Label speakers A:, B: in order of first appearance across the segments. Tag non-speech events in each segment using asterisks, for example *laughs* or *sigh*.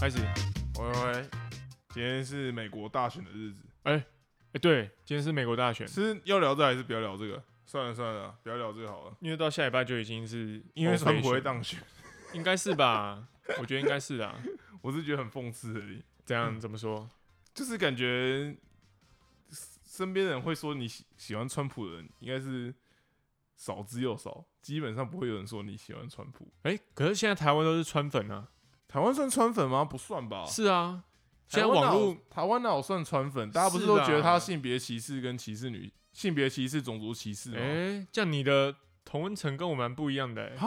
A: 开始。
B: 喂喂，喂，今天是美国大选的日子，
A: 哎、对，今天是美国大选，
B: 是要聊这还是不要聊这个？算了算了，不要聊这个好了，
A: 因为到下礼拜就已经是
B: 因为川
A: 川
B: 普会，当哦选， *laughs*
A: 应该是吧？ *laughs* 我觉得应该是啊啦。
B: 我是觉得很讽刺而已，
A: 这样怎么说？
B: 就是感觉身边人会说你喜喜欢川普的人，应该是少之又少，基本上不会有人说你喜欢川普。
A: 哎、可是现在台湾都是川粉啊，
B: 台湾算川粉吗？不算吧。
A: 是啊，现在
B: 哦台湾哪
A: 网
B: 有
A: 络
B: 台湾哪有算川粉？大家不是
A: 是
B: 都
A: 啦
B: 觉得他性别歧视跟歧视女性别歧视、种族歧视吗？
A: 哎、这样你的同温层跟我蛮不一样的、欸。
B: 啊，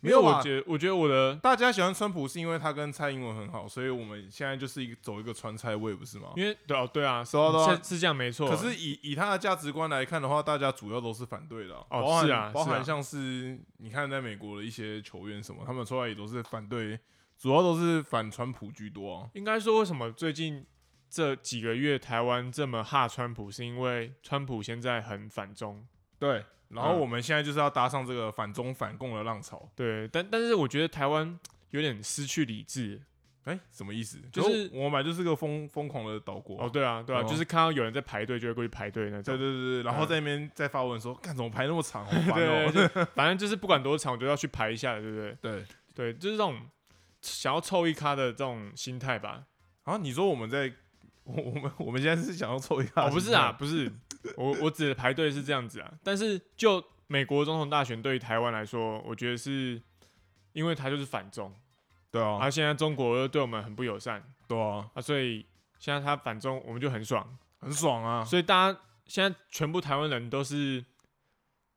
A: 没
B: 没
A: 有，
B: 有
A: 我
B: 吧？
A: 觉我觉得我的，
B: 大家喜欢川普是因为他跟蔡英文很好，所以我们现在就是一个走一个川菜味，不是吗？
A: 因为啊对哦，对啊，是
B: 对啊对啊
A: 是是这样没错。
B: 可是以以他的价值观来看的话，大家主要都是反对的啊、
A: 哦
B: 包含
A: 是啊
B: 包
A: 是啊
B: 含像是你看在美国的一些球员什么，他们出来也都是反对，主要都是反川普居多、啊。
A: 应该说，为什么最近这几个月台湾这么哈川普，是因为川普现在很反中。
B: 对，然后
A: 嗯
B: 我们现在就是要搭上这个反中反共的浪潮。
A: 对，但但是我觉得台湾有点失去理智。
B: 哎、什么意思？
A: 就是
B: 可我们本来就是个疯疯狂的岛国啊、
A: 哦，对啊，对啊，
B: 哦
A: 就是看到有人在排队，就会过去排队那
B: *laughs* 对
A: 种。
B: 对对对，然后
A: 嗯
B: 在那边再发文说，干怎么排那么长，好烦哦、
A: *laughs* 对，就反正就是不管多长，我都要去排一下，对不对？
B: *laughs* 对，
A: 对，就是这种想要凑一咖的这种心态吧。
B: 然啊后你说我们在，我我们我们现在是想要凑一下，
A: 哦，不是啊，，不是，我我指的排队是这样子啊。但是就美国总统大选对于台湾来说，我觉得是因为他就是反中，
B: 对
A: 而、
B: 啊，
A: 现在中国又对我们很不友善
B: 对啊，
A: 啊，所以现在他反中，我们就很爽。
B: 很爽啊，
A: 所以大家现在全部台湾人都是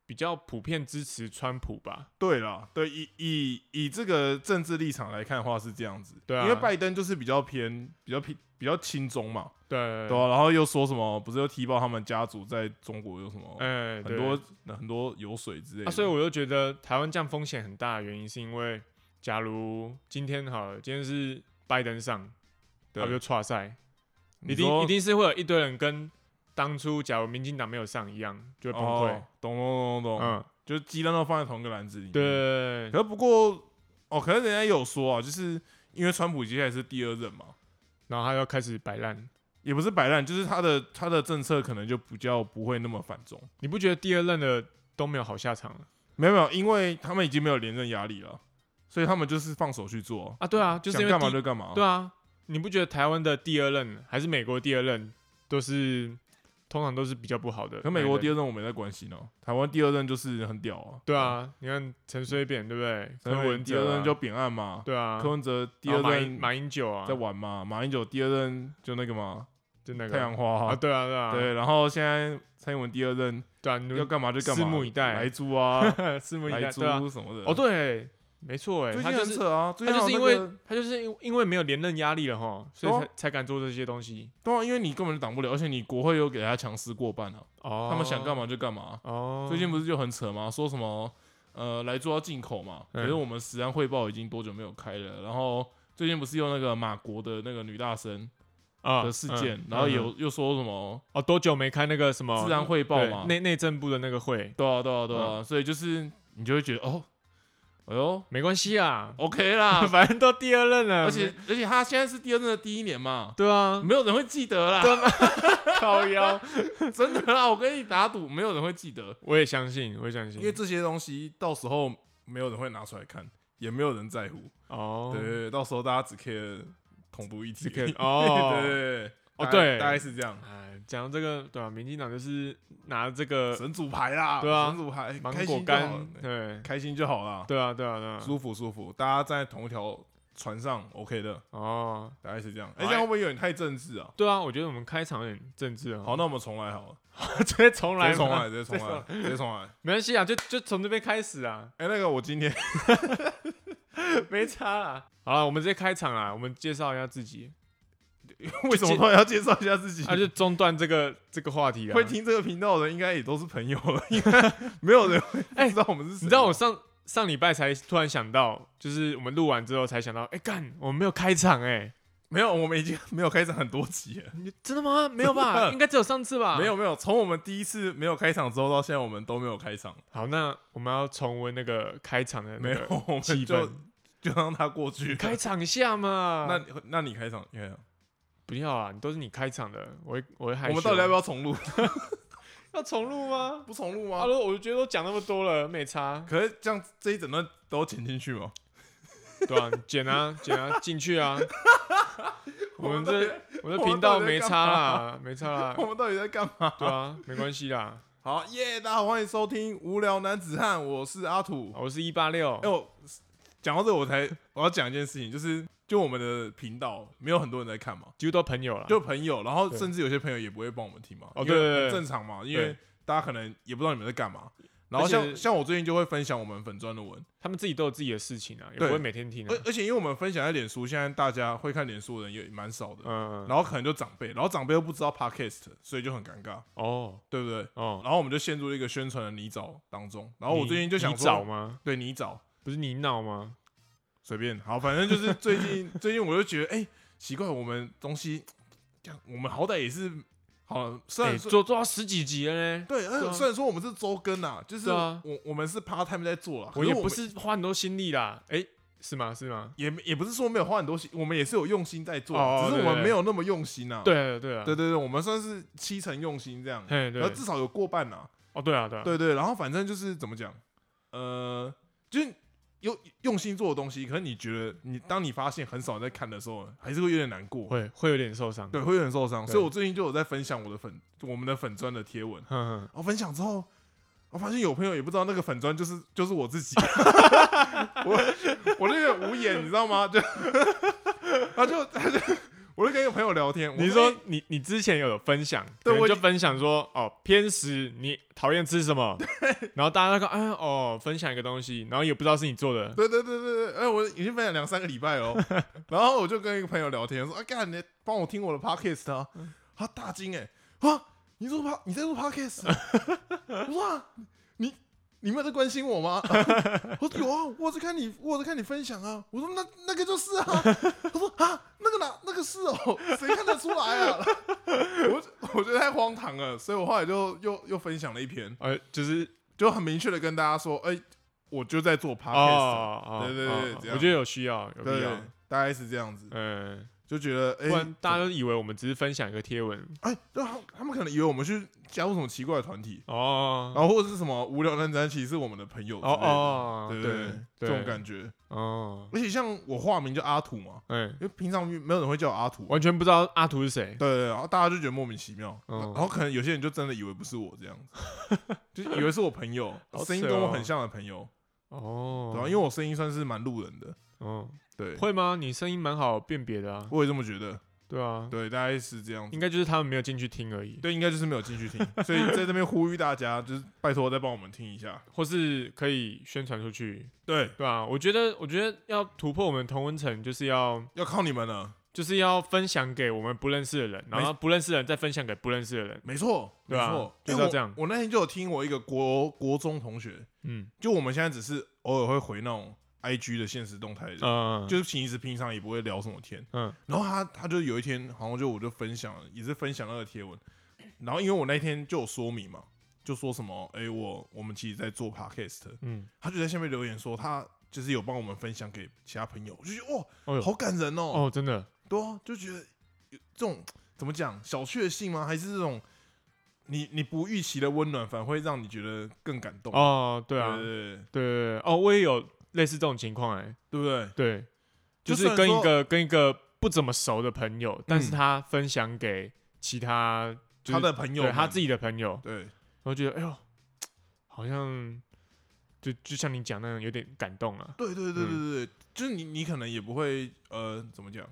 A: 比较普遍支持川普吧？
B: 对啦，对，以以以这个政治立场来看的话是这样子，
A: 对啊
B: 因为拜登就是比较偏比较偏比较亲中嘛，
A: 对，
B: 对啊，然后又说什么，不是又提报他们家族在中国有什么
A: 哎、
B: 很
A: 对
B: 多很多油水之类
A: 啊，
B: 的，
A: 所以我就觉得台湾这样风险很大的原因，是因为假如今天好了，今天是拜登上，
B: 对
A: 他啊就跨赛，
B: 你
A: 一定
B: 说
A: 一定是会有一堆人跟当初假如民进党没有上一样，就会崩溃
B: 哦。，懂懂懂懂，
A: 嗯，
B: 就是鸡蛋都放在同一个篮子里面，
A: 对对对
B: 可
A: 对，
B: 是不过哦，可是人家有说啊，就是因为川普接下来是第二任嘛。
A: 然后他要开始摆烂。
B: 也不是摆烂，就是他的他的政策可能就比较不会那么反中。
A: 你不觉得第二任的都没有好下场了
B: 没有没有，因为他们已经没有连任压力了，所以他们就是放手去做，
A: 啊？对啊，就是因为
B: 想干
A: 第
B: 嘛就干嘛。
A: 对啊，你不觉得台湾的第二任还是美国第二任都是通常都是比较不好的那一任？
B: 可美国第
A: 二
B: 二任我没在关心哦，台湾第二任就是很屌啊。
A: 对，啊，你看陈水扁对不对？
B: 陈
A: 柯文
B: 文第二
A: 哲啊
B: 任就扁案嘛，
A: 对啊，
B: 柯文哲第
A: 然
B: 二
A: 后马英
B: 任
A: 马英九啊
B: 在，玩嘛，马英九第二任就那个嘛
A: 就那个
B: 太阳花
A: 啊，
B: 啊，
A: 对啊对啊
B: 对，然后现在蔡英文第二任
A: 对啊，你
B: 要
A: 就
B: 干嘛就干嘛，
A: 拭目以待
B: 来猪啊，
A: 拭目以
B: 来
A: 待，
B: 猪
A: 对啊，
B: 什么的。
A: 哦，对，没错哎，
B: 最
A: 他
B: 近
A: 就
B: 很
A: 是
B: 扯啊，最
A: 他
B: 近
A: 就是因
B: 好像那
A: 为
B: 个
A: 他就是因因为没有连任压力了哈，所以
B: 对啊
A: 才才敢做这些东西
B: 对啊，因为你根本就挡不了，而且你国会又给他强势过半啊，
A: 哦。
B: 他们想干
A: 嘛？
B: 嘛就干嘛。
A: 哦，
B: 最近不是就很扯吗？说什么呃来做要进口嘛，
A: 嗯
B: 可是我们食安汇报已经多久没有开了？然后最近不是用那个马国的那个女大生
A: 啊
B: 的事件
A: 嗯，
B: 然后
A: 嗯
B: 有又说什么
A: 哦多久没开那个什么
B: 治安汇报
A: 对
B: 嘛？
A: 内内政部的那个会，
B: 对啊对啊对
A: 嗯
B: 啊，所以就是你就会觉得哦，哎呦
A: 没关系啊，
B: OK 啦，
A: *laughs* 反正都第二任了，
B: 而且而且他现在是第二任的第一年嘛，
A: 对啊，
B: 没有人会记得啦，
A: 靠腰，
B: 真的啦，我跟你打赌，没有人会记得。
A: *laughs* 我也相信，我也相信，
B: 因为这些东西到时候没有人会拿出来看，也没有人在乎。
A: 哦，
B: 对对，对到时候大家只 care 统独议题
A: 这。个
B: *laughs* 对
A: 哦，
B: 对对，
A: 哦
B: 大概
A: 对
B: 大概是这样。
A: 哎，讲到这个对吧？民进党就是拿这个
B: 神主牌啦，
A: 呃对啊
B: 神主牌，
A: 芒
B: 开
A: 果
B: 心就好
A: 干，对
B: 开心就好啦，
A: 对啊，对啊，对啊，
B: 舒服舒服，大家站在同一条船上，OK 的，
A: 哦，
B: 大概是这样。
A: 哎
B: 哎，这样会不会有点太政治啊？
A: 对啊，我觉得我们开场有点政治哦，
B: 好，那我们重来好了，
A: *laughs* 直接重
B: 直
A: 来，
B: 接重，来，直接重
A: *laughs*
B: 来，直接重来。
A: 没关系啊，就就从这边开始
B: *laughs*
A: 啊，
B: 哎，那个我今天
A: 没差啊。好了，我们直接开场啊，我们介绍一下自己，
B: 为什么突然要介绍一下自己？
A: 啊，就中断这个这个话题啊。
B: 会听这个频道的人应该也都是朋友了， *laughs* 应该没有人会
A: 哎
B: 知道我们是谁。啊
A: 你知道我上上礼拜才突然想到，就是我们录完之后才想到，哎、干，我们没有开场哎、
B: 没有，我们已经没有开场很多集了。
A: 你真的吗？没有
B: 真
A: 吧？
B: 的
A: *laughs* 应该只有上次吧？
B: 没。有没有，从我们第一次没有开场之后到现在，我们都没有开场，
A: 好，那我们要重温那个开场的、那
B: 没
A: 个
B: 有，我们
A: 气
B: 就
A: 氛
B: 就让他过去。
A: 开场一下嘛。
B: 那你那你开场，你开场。
A: 不要啊，都是你开场的，我会我会害羞。
B: 我们到底要不要重录？
A: 要重录吗？
B: *laughs* 不重录
A: 啊，
B: 吗？。
A: 如果我就觉得都讲那么多了，没差
B: 可是这样这一整段都剪进去吗？
A: 对啊，剪啊 *laughs* 剪啊，进去 *laughs* 啊。我们
B: 到底
A: 这我的频道没差啦，没差啦
B: 我，们到底在干嘛？
A: 对啊，没关系啦。
B: 好耶！大家好，欢迎收听《无聊男子汉》，我是阿土。
A: 我是一八六
B: 哎、，我讲到这，我才我要讲一件事情，就是就我们的频道没有很多人在看嘛，
A: 几乎都朋友了。
B: 就朋友，然后
A: 啊对
B: 甚至有些朋友也不会帮我们听嘛，
A: 哦
B: 因
A: 对
B: 为
A: 对对
B: 很正常嘛，因为
A: 对
B: 大家可能也不知道你们在干嘛。然后
A: 而且
B: 像像我最近就会分享我们粉砖的文，
A: 他们自己都有自己的事情啊，也不
B: 对哎
A: 会每天听啊
B: 而。而且因为我们分享在脸书，现在大家会看脸书的人也蛮少的，
A: 嗯，
B: 然后可能就长辈，然后长辈又不知道 podcast，所以就很尴尬，
A: 哦
B: 对不对？
A: 哦，
B: 然后我们就陷入了一个宣传的泥沼当中。然后我最近就想
A: 你你
B: 说，
A: 找吗？
B: 对泥沼
A: 不是你闹吗？
B: 随便，好，反正就是最近最近我就觉得，哎、奇怪，我们东西，这样我们好歹也是好，虽
A: 哎，
B: 然说、
A: 做做到十几集了呢。
B: 对，
A: 对
B: 而且
A: 啊
B: 虽然说我们是周更啊，就是
A: 对
B: 我、
A: 啊
B: 我们是 part time 在做啊啦，可
A: 我也
B: 们
A: 不是花很多心力啦。哎，是吗？是吗？
B: 也也不是说没有花很多心，我们也是有用心在做啊，
A: 哦哦
B: 只是
A: 对
B: 我们
A: 对
B: 没有那么用心啊。
A: 对啊对啊，
B: 对对对，我们算是七成用心这样，
A: 嘿
B: 然后
A: 对，
B: 至少有过半啊。
A: 哦对啊对啊，
B: 对对，然后反正就是怎么讲，呃，就是用用心做的东西，可是你觉得你当你发现很少人在看的时候，还是会有点难过，
A: 会会有点受伤。
B: 对，会有点受伤。
A: 对
B: 所以我最近就有在分享我的粉我们的粉砖的贴文，
A: 哼哼，
B: 然后分享之后。我发现有朋友也不知道那个粉砖就是就是我自己， *laughs* 我我那个无言，你知道吗？就 *laughs* 他就 *laughs* 他就我就跟一个朋友聊天，我
A: 你说你你之前有分享，
B: 对
A: 可能
B: 我
A: 就
B: 已
A: 分享说哦偏食，你讨厌吃什
B: *laughs*
A: 么？然后大家都说哎哦，分享一个东西，然后也不知道是你做的，
B: *laughs* 对对对对对，哎、我已经分享两三个礼拜哦，然后我就跟一个朋友聊天，说啊，干，你帮我听我的 podcast 啊，他大惊哎、啊，你做 p 你在做 podcast，我说啊，你你没有在关心我吗？我说有啊，我有在看你，我有在看你分享啊，我说那那个就是啊，他说啊，那个哪那个是哦，谁看得出来啊？ *laughs* 我我觉得太荒唐了，所以我后来就又又分享了一篇，
A: 呃，就是
B: 就很明确的跟大家说，哎、我就在做 podcast
A: 哦
B: 啊、
A: 哦，
B: 对对
A: 哦
B: 对
A: 哦
B: 这样
A: 我觉得有需要，有必
B: 对
A: 要。，
B: 大概是这样子，
A: 嗯，
B: 就觉得
A: 不
B: 哎、
A: 然大家都以为我们只是分享一个贴文
B: 哎，对他他们可能以为我们去加入什么奇怪的团体，
A: 哦
B: 然后或者是什么无聊男子，其实是我们的朋友
A: 哦
B: 之
A: 哦，
B: 类的，对
A: 对
B: 对，这种感觉。
A: 哦，
B: 而且像我化名叫阿土嘛，
A: 哎，
B: 因为平常没有人会叫我阿土，
A: 完全不知道阿图是谁
B: 对，对，然后大家就觉得莫名其妙，
A: 嗯
B: 然后可能有些人就真的以为不是我这样
A: *laughs*
B: 子，就以为是我朋友
A: 好，
B: 声音
A: 扯
B: 跟我
A: 哦
B: 很像的朋友，
A: 哦
B: 对，吧？因为我声音算是蛮路人的，
A: 哦，
B: 对，
A: 会吗？你声音蛮好辨别的啊，
B: 我也这么觉得，
A: 对啊，
B: 对，大概是这样子
A: 应。该就是他们没有进去听而已，
B: 对，应该就是没有进去听，所以在这边呼吁大家，就是拜托再帮我们听一下。
A: 或是可以宣传出去，
B: 对，
A: 对啊，我觉得，我觉得要突破我们同温层，就是要
B: 要靠你们了，
A: 就是要分享给我们不认识的人，
B: 没
A: 然后不认识的人再分享给不认识的人，
B: 没错，
A: 对
B: 没
A: 啊
B: 错，
A: 就是
B: 因为
A: 要
B: 我
A: 这样
B: 我那天就有听我一个国国中同学，
A: 嗯
B: 就我们现在只是偶尔会回那种 IG 的现实动态的人，
A: 嗯，
B: 就是其实平常也不会聊什么天。
A: 嗯
B: 然后他他就有一天，好像就我就分享了，也是分享那个贴文，然后因为我那天就有说明嘛，就说什么，哎、我我们其实在做 podcast，
A: 嗯，
B: 他就在下面留言说他。就是有帮我们分享给其他朋友，我就觉得哇、
A: 哦哟
B: 好感人哦
A: 哦，真的，
B: 对啊，就觉得有这种怎么讲小确幸吗？还是这种你你不预期的温暖，反而会让你觉得更感动？
A: 哦，对啊，
B: 对
A: 对
B: 对
A: 对对，哦，我也有类似这种情况，哎，
B: 对不对？
A: 对，就
B: 就是虽然
A: 跟一
B: 说
A: 个跟一个不怎么熟的朋友，但是
B: 嗯
A: 他分享给其他就是
B: 他的朋友
A: 对
B: 们，
A: 他自
B: 己
A: 己的朋友，
B: 对
A: 我觉得哎呦，好像就就像你讲那样，有点感动啊。
B: 对对对对对，就是你你可能也不会呃怎么讲，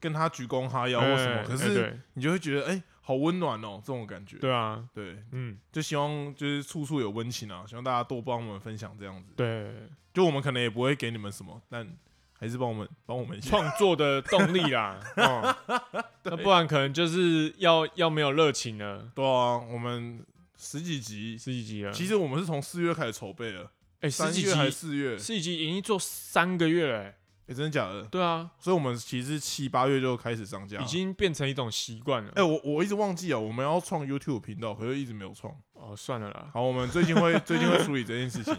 B: 跟他鞠躬哈腰或什么，
A: 哎
B: 可
A: 哎
B: 是
A: 对
B: 你就会觉得哎、好温暖哦，这种感觉。
A: 对啊，
B: 对，
A: 嗯，
B: 就希望就是处处有温情啊，希望大家多帮我们分享这样子。
A: 对，
B: 就我们可能也不会给你们什么，但还是帮我们帮我们一下。
A: 创作的动力啦，
B: *laughs*
A: 哦，那不然可能就是要要没有热情了，
B: 对啊，我们十几集，
A: 十几集了，
B: 其实我们是从四月开始筹备了，
A: 哎、十
B: 三
A: 几
B: 月还是
A: 集，
B: 四月？哎、
A: 十几集已经做三个月了、哎
B: 真的假的？
A: 对啊，
B: 所以我们其实是七八月就开始上架了，
A: 已经变成一种习惯了。
B: 哎、我我一直忘记啊，我们要创 YouTube 频道，可是一直没有创。
A: 哦，算了啦， *laughs*
B: 好，我们最近会最近会处理这件事情，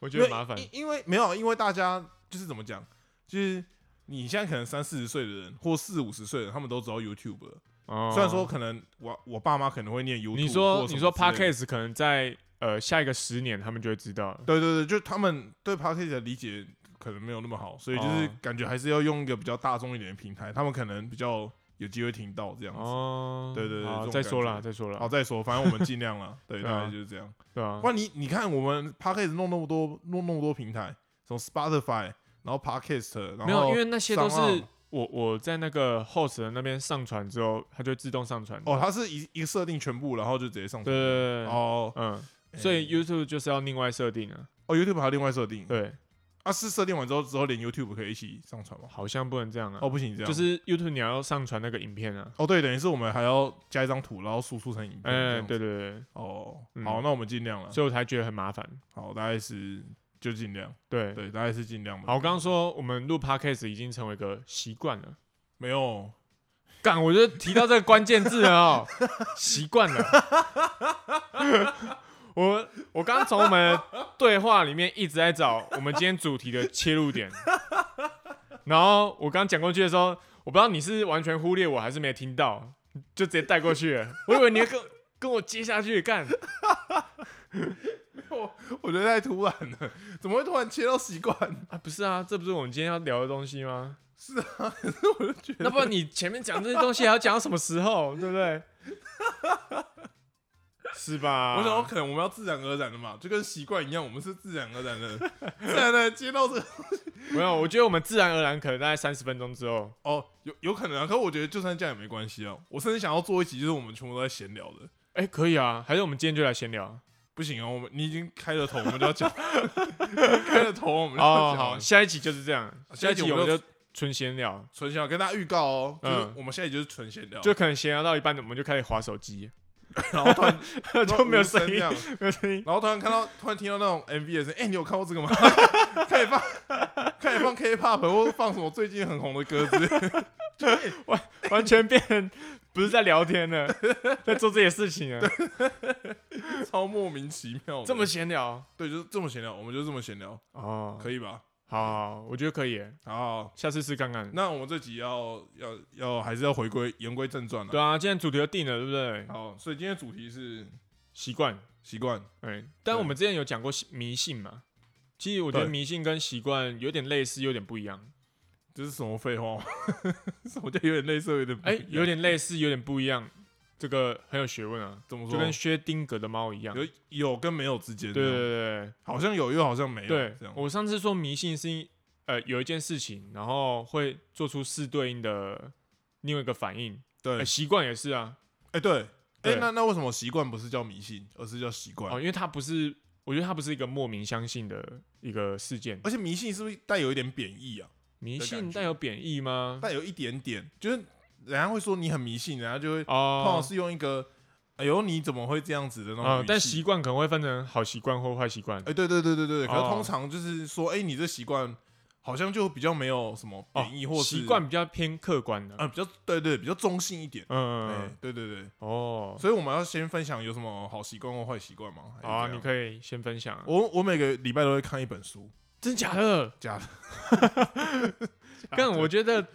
A: 我觉
B: 因为
A: 得麻烦，
B: 因因为没有，因为大家就是怎么讲，就是你现在可能三四十岁的人或四五十岁的人，他们都知道 YouTube 了。
A: 哦
B: 虽然说可能我我爸妈可能会念 YouTube，
A: 你
B: 或
A: 说
B: 什么
A: 你说
B: 之类的
A: podcast 可能在呃下一个十年他们就会知道了，
B: 对对对，就他们对 podcast 的理解可能没有那么好，所以就是
A: 哦
B: 感觉还是要用一个比较大众一点的平台，他们可能比较有机会听到这样子。
A: 哦，
B: 对对对
A: 好
B: 这种
A: 再
B: 感
A: 说
B: 觉
A: 啦，再说啦
B: 好，，再说，反正我们尽量了，
A: *laughs*
B: 对，
A: 对啊
B: 大概就是这样。
A: 对啊
B: 不，然你你看，我们 podcast 弄那么多，弄那么多平台，从 Spotify，然后 podcast，然后
A: 没有，因为那些都
B: 上
A: 是
B: 岸
A: 我我在那个 host 的那边上传之后，它就会自动上传。
B: 哦，它是一一个设定全部，然后就直接上
A: 对
B: 传。
A: 对对，对
B: 哦
A: 嗯，所以 YouTube 就是要另外设定啊。
B: 哦，YouTube 还有另外设定，
A: 对，
B: 啊，是设定完之后，之后连 YouTube 可以一起上传吗？
A: 好像不能这样啊
B: 哦，，不行，这
A: 就
B: 样
A: 是 YouTube 你要上传那个影片啊。
B: 哦，对，等于是我们还要加一张图，然后输出成影片。这
A: 哎，
B: 样子
A: 对对对，
B: 哦，
A: 嗯
B: 好，那我们尽量了
A: 对。所以我才觉得很麻烦。
B: 好，大概是就尽量，
A: 对，
B: 对，大概是尽量吧。
A: 好，我刚刚说我们录 podcast 已经成为一个习惯了。
B: 没有，
A: 干，我就提到这个关键字了 *laughs* 哦，习惯了。 *laughs* 我我刚刚从我们的对话里面一直在找我们今天主题的切入点，然后我刚讲过去的时候，我不知道你是完全忽略我还是没听到，就直接带过去了。我以为你要跟跟我接下去干，
B: *laughs* 我觉得太突然了，怎么会突然切到习惯？
A: 啊，不是啊，这不是我们今天要聊的东西吗？
B: 是
A: 啊，可是我就觉得，那不然你前面讲这些东西还要讲到什么时候，对不对？ *laughs* 是吧？
B: *laughs* 我想说，可能我们要自然而然的嘛，就跟习惯一样，我们是自然而然的， *laughs* 自然的接到这个。
A: 没有，我觉得我们自然而然可能大概三十分钟之后，
B: 哦，有有可能啊，可我觉得就算这样也没关系啊。我甚至想要做一集，就是我们全部都在闲聊的。
A: 哎、可以啊，还是我们今天就来闲聊。
B: 不行啊，我们你已经开了头，我们就要讲； *laughs* 开了头，我们就要
A: 哦，
B: 讲。
A: 好，下一集就是这样，
B: 下
A: 哦下
B: 一
A: 一
B: 集
A: 集
B: 我
A: 我
B: 们
A: 们就纯闲聊，
B: 纯闲聊，跟大家预告哦，就是
A: 嗯
B: 我们现在就是纯闲聊，
A: 就可能闲聊到一半，我们就开始划手机，
B: 然后突 *laughs*
A: *laughs*
B: 然
A: 就没有哦声
B: 这
A: 音，
B: 样，
A: 没有声音。
B: 然后突然看到，突然听到那种 MV 的声音，哎、你有看过这个吗？ *laughs* 开始放， *laughs* 开始放 K-pop 或者放什么最近很红的歌之类 *laughs* 的。
A: 完全变成不是在聊天 *laughs* 了，在做自己的事情了，
B: 超莫名其妙的。
A: 这么闲聊
B: 对，就是这么闲聊，我们就这么闲聊，
A: 哦，
B: 可以吧？
A: 好好，好我觉得可以耶，
B: 好好，
A: 下次试看看。
B: 那我们这集要要要还是要回归言归正传了、
A: 对啊，今天主题就定了，对不对？
B: 好，所以今天主题是
A: 习惯，
B: 习惯，
A: 哎，但
B: 对
A: 我们之前有讲过习迷信嘛，其实我觉得
B: 对
A: 迷信跟习惯有点类似，有点不一样。
B: 这是什么废话？ *laughs* 什么叫有点类 *laughs* 似，有点不
A: 哎、
B: 一样
A: 有点类似，有点不一样，这个很有学问啊，
B: 怎么
A: 就
B: 说？
A: 跟薛丁格的猫一样。对
B: 有有跟没有之间，
A: 对，对
B: 好像有又好像没有，
A: 对对
B: 这样，。
A: 我上次说迷信是因呃有一件事情，然后会做出适对应的另外一个反应，
B: 对
A: 呃，习惯也是啊，
B: 哎、对，哎、
A: 对
B: 那那为什么习惯不是叫迷信，而是叫习惯？
A: 哦，因为它不是，我觉得它不是一个莫名相信的一个事件，
B: 而且迷信是不是带有一点贬义啊？
A: 迷
B: 的感
A: 信
B: 觉
A: 带有贬义吗？
B: 带有一点点，就是人家会说你很迷信，人家就会通常
A: 哦，
B: 是用一个“哎呦你怎么会这样子”的那种
A: 啊
B: 语，气
A: 但习惯可能会分成好习惯或坏习惯
B: 哎、。对对对对对，可是
A: 哦
B: 通常就是说，哎、你这习惯好像就比较没有什么
A: 哦
B: 贬义，或是
A: 习惯比较偏客观的，
B: 啊、比较对对比较中性一点。哎、
A: 嗯，
B: 对对对，
A: 哦，
B: 所以我们要先分享有什么好习惯或坏习惯吗？还是
A: 好啊，
B: 怎样哦
A: 你可以先分享啊。
B: 我我每个礼拜都会看一本书，
A: 真假的？
B: 假的。 *laughs*
A: 但我觉得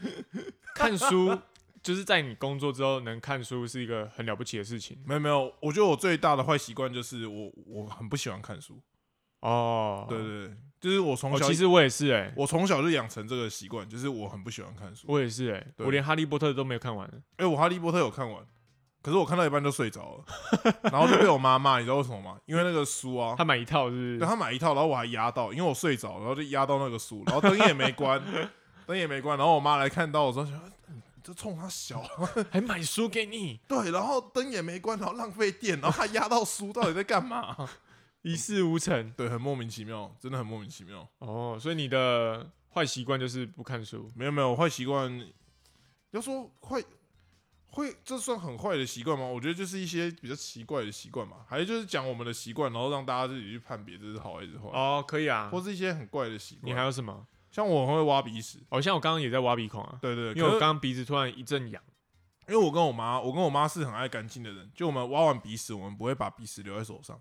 A: 看书就是在你工作之后能看书是一个很了不起的事情
B: 没有没有，我觉得我最大的坏习惯就是我我很不喜欢看书。
A: 哦。
B: 对，对对，就是我从
A: 哦，
B: 小、
A: 其实我也是哎，
B: 我从小就养成这个习惯，就是我很不喜欢看书。
A: 我也是哎，
B: 对
A: 我连哈利波特都没有看完。
B: 哎、我哈利波特有看完，可是我看到一半就睡着了，然后就被我妈骂，你知道为什么吗？因为那个书啊，
A: 他买一套是不是？
B: 对他买一套，然后我还压到，因为我睡着，然后就压到那个书，然后灯也没关，灯也没关，然后我妈来看到我说，想说你这冲他小，啊
A: 还买书给你，
B: *laughs* 对，然后灯也没关，然后浪费电，然后还压到书，到底在干嘛？ *laughs*
A: 一事无成。
B: 对，很莫名其妙，真的很莫名其妙。
A: 哦，所以你的坏习惯就是不看书。
B: 没有没有，我坏习惯，要说坏，会这算很坏的习惯吗？我觉得就是一些比较奇怪的习惯嘛，还有就是讲我们的习惯，然后让大家自己去判别这是好还是坏，
A: 哦，可以啊
B: 或是一些很怪的习
A: 你还
B: 惯。
A: 有什么？
B: 像我很会挖鼻屎，
A: 哦，像我刚刚也在挖鼻孔啊，
B: 对对
A: 因为
B: 可
A: 我
B: 是
A: 刚刚鼻子突然一阵痒。
B: 因为我跟我妈，我跟我妈是很爱干净的人，就我们挖完鼻屎，我们不会把鼻屎留在手上，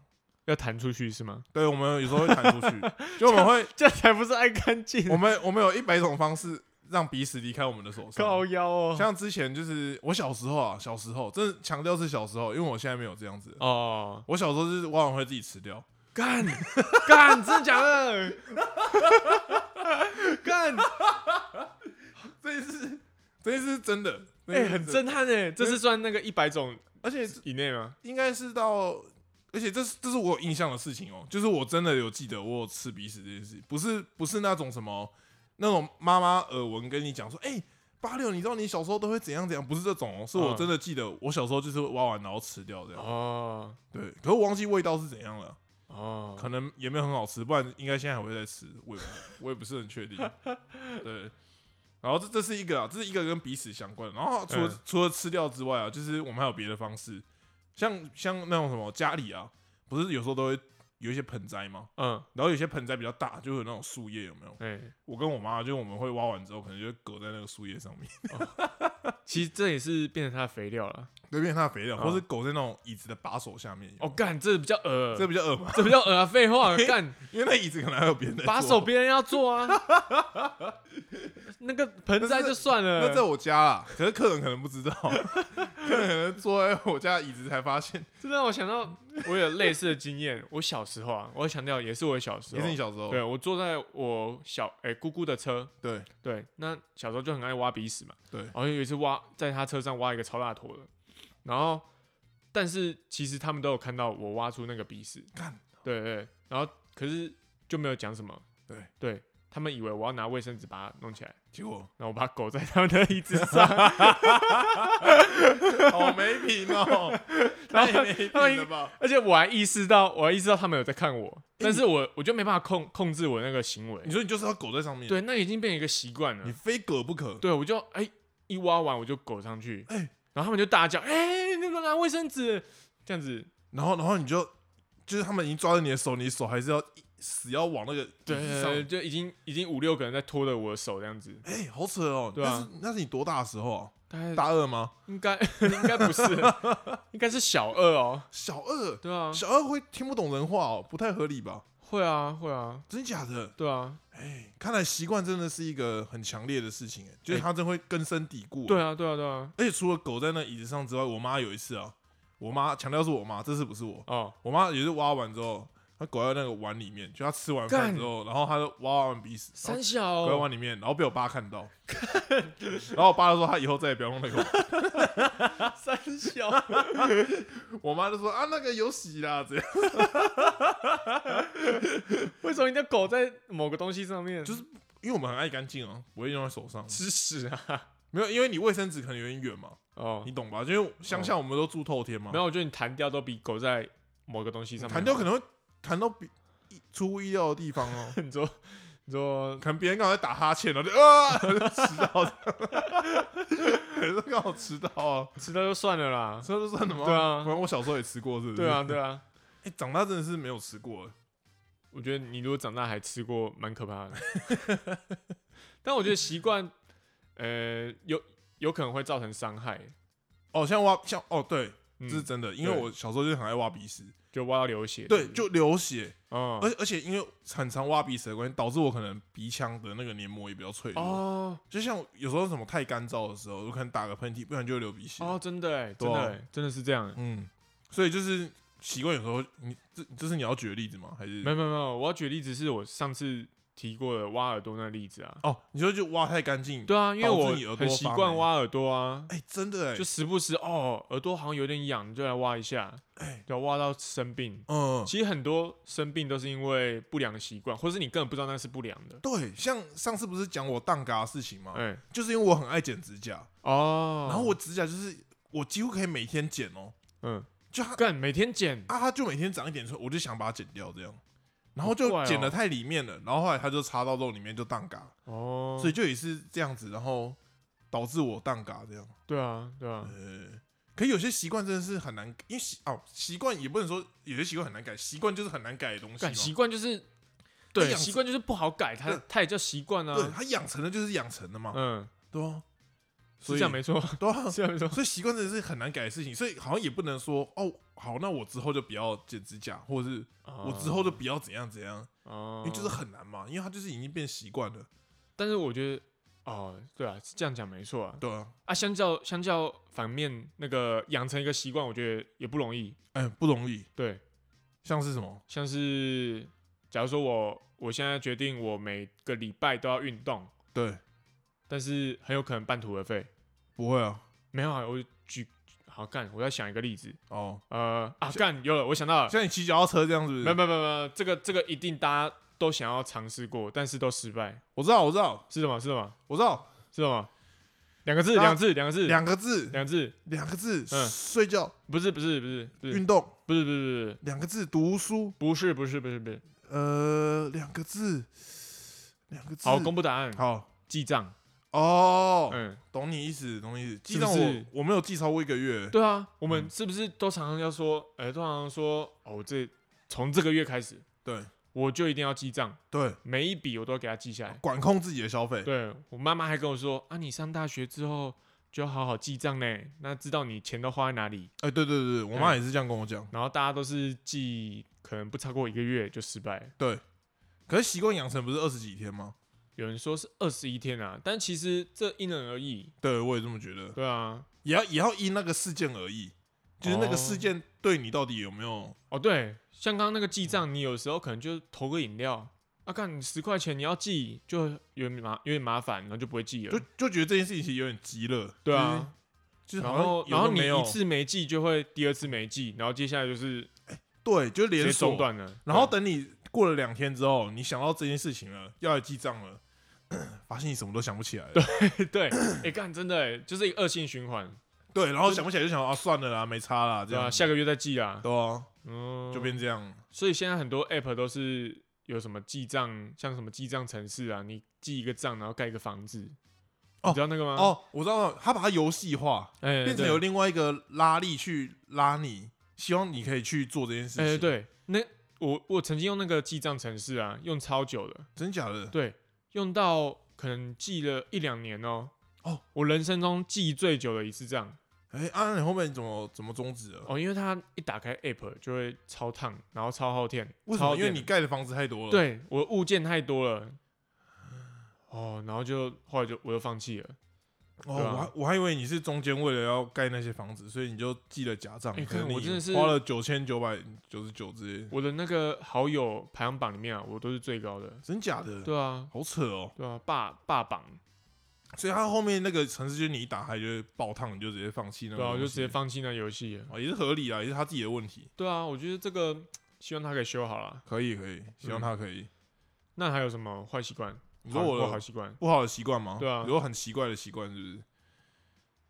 A: 要弹出去是吗？
B: 对，我们有时候会弹出去，就我们会，
A: *laughs* 这才不是爱干净
B: 我，们我们有一百种方式让彼此离开我们的手
A: 高
B: 上。
A: 腰哦。
B: 像之前就是我小时候啊，小时候，真的强调是小时候，因为我现在没有这样子。
A: 哦，
B: 我小时候就是往往会自己吃掉，
A: 干干，真的假的？ *laughs* 干，
B: *laughs* 这一次，这一次是真的，这一
A: 哎，
B: 次
A: 很
B: 是
A: 震撼哎！这是算那个一百种
B: 而且
A: 以内吗？
B: 应该是到，而且这是这是我有印象的事情哦，就是我真的有记得我有吃鼻屎这件事，不是不是那种什么那种妈妈耳闻跟你讲说，哎、八六，你知道你小时候都会怎样怎样，不是这种哦，是我
A: 嗯
B: 真的记得我小时候就是挖完然后吃掉这样，
A: 哦
B: 对，可是我忘记味道是怎样了，
A: 哦，
B: 可能也没有很好吃，不然应该现在还会再吃，我也
A: *laughs*
B: 我也不是很确定，对。然后这这是一个啊，这是一个跟彼此相关的。然后除了、
A: 嗯
B: 除了吃掉之外啊，就是我们还有别的方式，像像那种什么家里啊，不是有时候都会有一些盆栽吗？
A: 嗯，
B: 然后有些盆栽比较大，就会有那种树叶，有没有？
A: 哎，
B: 我跟我妈就我们会挖完之后，可能就会搁在那个树叶上面， *laughs*
A: 其实这也是变成它的肥料了。
B: 对，变成它的肥料，
A: 哦
B: 或是狗在那种椅子的把手下面。有没有
A: 哦，，干，这比较恶，
B: 这比较恶嘛，
A: *laughs* 这比较恶啊！废 *laughs* 话，干，
B: 因为那椅子可能还有别人在
A: 把
B: 坐
A: 手别人要做 *laughs* 啊。那个盆栽就算
B: 那在
A: 了，
B: 我家啦，可是客人可能不知道， *laughs* 客人可能坐在我家的椅子才发现，
A: *laughs* 这让我想到我有类似的经验。我小时候啊，我强调也是我小时
B: 也
A: 候
B: 是，哦你小时候，
A: 对我坐在我小哎、姑姑的车，
B: 对
A: 对，那小时候就很爱挖鼻屎嘛，
B: 对
A: 然后有一次挖在他车上挖一个超大坨的，然后但是其实他们都有看到我挖出那个鼻屎，
B: 干
A: 对对对，然后可是就没有讲什么，
B: 对
A: 对，他们以为我要拿卫生纸把它弄起来，
B: 结 *laughs* 果
A: 然后我把它狗在他们的椅子上，
B: 好没品 *laughs* 哦，
A: 然
B: 太
A: 后
B: 没品了吧？
A: 而且我还意识到我还意识到他们有在看我，但是我我就没办法控控制我那个行为
B: 你，说你就是要狗在上面，
A: 对，那已经变成一个习惯了
B: 你，非狗不可，
A: 对，我就哎、一挖完我就狗上去，
B: 哎
A: 然后他们就大叫，哎、那个拿卫生纸，这样子，
B: 然后然后你就就是他们已经抓着你的手，你手还是要一死要往那个
A: 对
B: 椅子
A: 对
B: 上
A: 对，，就已经已经五六个人在拖着我的手这样子，
B: 哎，好扯哦，
A: 对
B: 那
A: 啊
B: 是那是你多大的时候啊？
A: 大概
B: 大二吗？
A: 应该应该 *laughs* 不是，应该是小二哦，
B: 小二，
A: 对啊，
B: 小二会听不懂人话哦，不太合理吧？
A: 会啊会啊，
B: 真假的？
A: 对啊
B: 哎，看来习惯真的是一个很强烈的事情，哎，就是
A: 哎
B: 它真会根深蒂固。哎
A: 对，啊对啊对啊，
B: 而且除了狗在那椅子上之外，我妈有一次啊，我妈强调是我妈，这次不是我，
A: 哦
B: 我妈也是挖完之后，她狗在那个碗里面，就她吃完饭
A: 干
B: 之后，然后她就挖完鼻屎，然
A: 三
B: 后
A: 小
B: 狗在
A: 哦，
B: 碗里面，然后被我爸看到，然后我爸就说他以后再也不要弄那个
A: *laughs*
B: 碗，
A: 三 *laughs* 小，
B: *laughs* 我妈就说啊那个有洗啦，这样
A: 为什么你的狗在某个东西上面？
B: 就是因为我们很爱干净啊，不会用在手上，
A: 吃屎啊，
B: 没有，因为你卫生纸可能有点远嘛，
A: 哦
B: 你，懂吧？就因为乡下我们都住透天嘛
A: 没，有，我觉得你弹掉都比狗在某个东西上面，
B: 嗯弹掉可能会弹到比意出乎意料的地方哦
A: *laughs* 能你说你说
B: *laughs* 可能别人刚好在打哈欠，然后就啊 *laughs* 迟到的， *laughs* 可能是刚好迟到啊，
A: 吃到就算了
B: *laughs*
A: 啦，
B: 所以就算了吗？
A: 对啊
B: 不然我小时候也吃过，是不是？
A: 对啊对啊。
B: 哎、长大真的是没有吃过，
A: 我觉得你如果长大还吃过，蛮可怕的。
B: *laughs*
A: 但我觉得习惯，呃，有有可能会造成伤害，
B: 哦，像挖像哦，对，
A: 嗯
B: 这是真的，因为
A: 对
B: 我小时候就很爱挖鼻屎，
A: 就挖到流血。
B: 对，就流血，
A: 嗯
B: 而且而且因为很常挖鼻屎的关系，导致我可能鼻腔的那个黏膜也比较脆弱，
A: 哦
B: 就像有时候什么太干燥的时候，我可能打个喷嚏，不然就会流鼻血。
A: 哦，真的哎，
B: 对
A: 真
B: 啊
A: 的哎，真的是这样哎。
B: 嗯，所以就是习惯有时候你这这是你要举的例子吗？还是
A: 没有没有没有，我要举的例子是我上次提过的挖耳朵那个例子啊。
B: 哦？你说就挖太干净？
A: 对啊，因为
B: 导致
A: 我
B: 你耳朵
A: 很习
B: 发
A: 惯
B: 霉
A: 挖耳朵啊，
B: 哎、真的哎、
A: 就时不时哦，耳朵好像有点痒，你就来挖一下，
B: 哎
A: 对啊，挖到生病。
B: 嗯，
A: 其实很多生病都是因为不良的习惯，或是你根本不知道那是不良的。
B: 对，像上次不是讲我当嘎的事情吗？
A: 哎，
B: 就是因为我很爱剪指甲，
A: 哦，
B: 哦然后我指甲就是我几乎可以每天剪哦，
A: 嗯，
B: 就它
A: 干每天剪，
B: 啊，它就每天长一点出来，我就想把它剪掉这样。然后
A: 好怪
B: 就
A: 哦
B: 剪的太里面了，然后后来它就插到肉里面就当嘎，
A: 哦，
B: 所以就也是这样子，然后导致我当嘎这样。
A: 对啊，对啊，
B: 呃，可有些习惯真的是很难，因为习哦习惯也不能说有些习惯很难改，习惯就是很难改的东西
A: 改习
B: 嘛。
A: 惯就是，对，
B: 养成
A: 习惯就是不好改，它
B: 对
A: 它也叫习惯
B: 对，
A: 啊，
B: 它养成的就是养成的嘛，
A: 嗯，
B: 对啊。
A: 是
B: 所以
A: 这样没错，
B: 对啊， *laughs*
A: 是这样没错。
B: 所以习惯真的是很难改的事情，所以好像也不能说哦，好，那我之后就不要剪指甲，或者是我之后就不要怎样怎样，
A: 哦
B: 因为就是很难嘛，因为它就是已经变习惯了，
A: 但是我觉得，哦，对啊，是这样讲没错啊。
B: 对啊，
A: 啊，相较相较反面那个养成一个习惯，我觉得也不容易。
B: 哎，不容易，
A: 对，
B: 像是什么，
A: 像是假如说我我现在决定我每个礼拜都要运动，
B: 对，
A: 但是很有可能半途而废。
B: 不会啊，
A: 没有啊，我举好干，我在想一个例子。
B: 哦，
A: 呃啊干，有了，我想到了，
B: 像你骑脚踏车这样子，
A: 没有没有没有没有，这个这个一定大家都想要尝试过，但是都失败，
B: 我知道，我知道，
A: 是什么？是什么？
B: 我知道，
A: 是什么？两个字，
B: 啊
A: 两个字，两个字，
B: 两个字，
A: 两个字，
B: 两个字，
A: 嗯
B: 睡觉、
A: 不是不是不是不是
B: 运动，
A: 不是不是
B: 两个字，读书，
A: 不是不是不是不是不是，
B: 呃，两个字，两个字，
A: 好，公布答案，
B: 好，
A: 记账，
B: 哦，
A: 嗯，
B: 懂你意思，懂你意思，记
A: 是不
B: 账
A: 是
B: 我我没有记超过一个月，
A: 对啊，我们是不是都常常要说，哎，都常常说，哦，这从这个月开始，
B: 对
A: 我就一定要记账，
B: 对，
A: 每一笔我都要给他记下来。
B: 管控自己的消费。
A: 对我妈妈还跟我说，啊，你上大学之后就要好好记账呢，那知道你钱都花在哪里。
B: 哎、对对对，我
A: 嗯
B: 妈也是这样跟我讲。
A: 然后大家都是记，可能不超过一个月就失败了。
B: 可是习惯养成不是二十几天吗？
A: 有人说是二十一天啊，但其实这因人而异。
B: 对，我也这么觉得，
A: 对啊，
B: 也要也要因那个事件而异，就是那
A: 哦
B: 个事件对你到底有没有？
A: 哦对，像刚刚那个记账，你有时候可能就投个饮料，啊，看你十块钱你要记，就有点麻有点麻烦，然后就不会记
B: 就
A: 了。
B: 就觉得这件事情其实有点急了。
A: 对啊，
B: 就是，就是
A: 然
B: 好像
A: 后
B: 有
A: 然后
B: 都
A: 你
B: 没有
A: 一次没记，就会第二次没记，然后接下来就是
B: 对，就
A: 直
B: 连
A: 接
B: 锁
A: 中。断了。
B: 然
A: 对啊
B: 后等你过了两天之后，你想到这件事情了，要来记账了， *clears throat* 发现你什么都想不起来了。对
A: *clears throat* 对，哎干真的哎，就是一个恶性循环，
B: 然后想不起来就想啊，算了啦，没差啦，这
A: 对啊，
B: 样
A: 下个月再记啊，
B: 对啊，
A: 嗯，
B: 就变这样。
A: 所以现在很多 app 都是有什么记账，像什么记账城市啊，你记一个账，然后盖一个房子，
B: 哦
A: 你知道那个吗？，
B: 哦，我知道了，他把它游戏化，
A: 哎、
B: 变
A: 嗯
B: 成
A: 对
B: 有，另外一个拉力去拉你，希望你可以去做这件事情。
A: 哎、，对，那我我曾经用那个记账城市啊，用超久了，
B: 真假的？
A: 对，用到可能记了一两年哦、
B: 哦，
A: 我人生中记最久的一次账
B: 哎、啊，你后面怎么怎么终止了？
A: 哦，因为它一打开 app 就会超烫，然后超耗电，
B: 为什
A: 超耗
B: 么？因为
A: 电
B: 你盖的房子太多了。，
A: 对我物件太多了，哦，然后就后来就我就放弃了。
B: 哦，
A: 对啊
B: 我还我还以为你是中间为了要盖那些房子，所以你就记了假账。
A: 哎
B: 可能
A: 看
B: 你
A: 我真的是
B: 花了九千九百九十九之类的，
A: 我的那个好友排行榜里面啊，我都是最高的。
B: 真假的？
A: 对啊，
B: 好扯哦！
A: 对啊，霸霸榜，
B: 所以他后面那个城市，就是你一打开就会爆烫，你就直接放弃那个
A: 对啊，
B: 东西。
A: 我就直接放弃那游戏了。
B: 哦，也是合理啊，也是他自己的问题。
A: 对啊，我觉得这个希望他可以修好了。
B: 可以可以，希望
A: 嗯
B: 他可以。
A: 那还有什么坏习惯？
B: 你说
A: 好
B: 我
A: 不好
B: 的
A: 习惯
B: 嗯不好的习惯吗？
A: 对啊
B: 你说很奇怪的习惯是不是？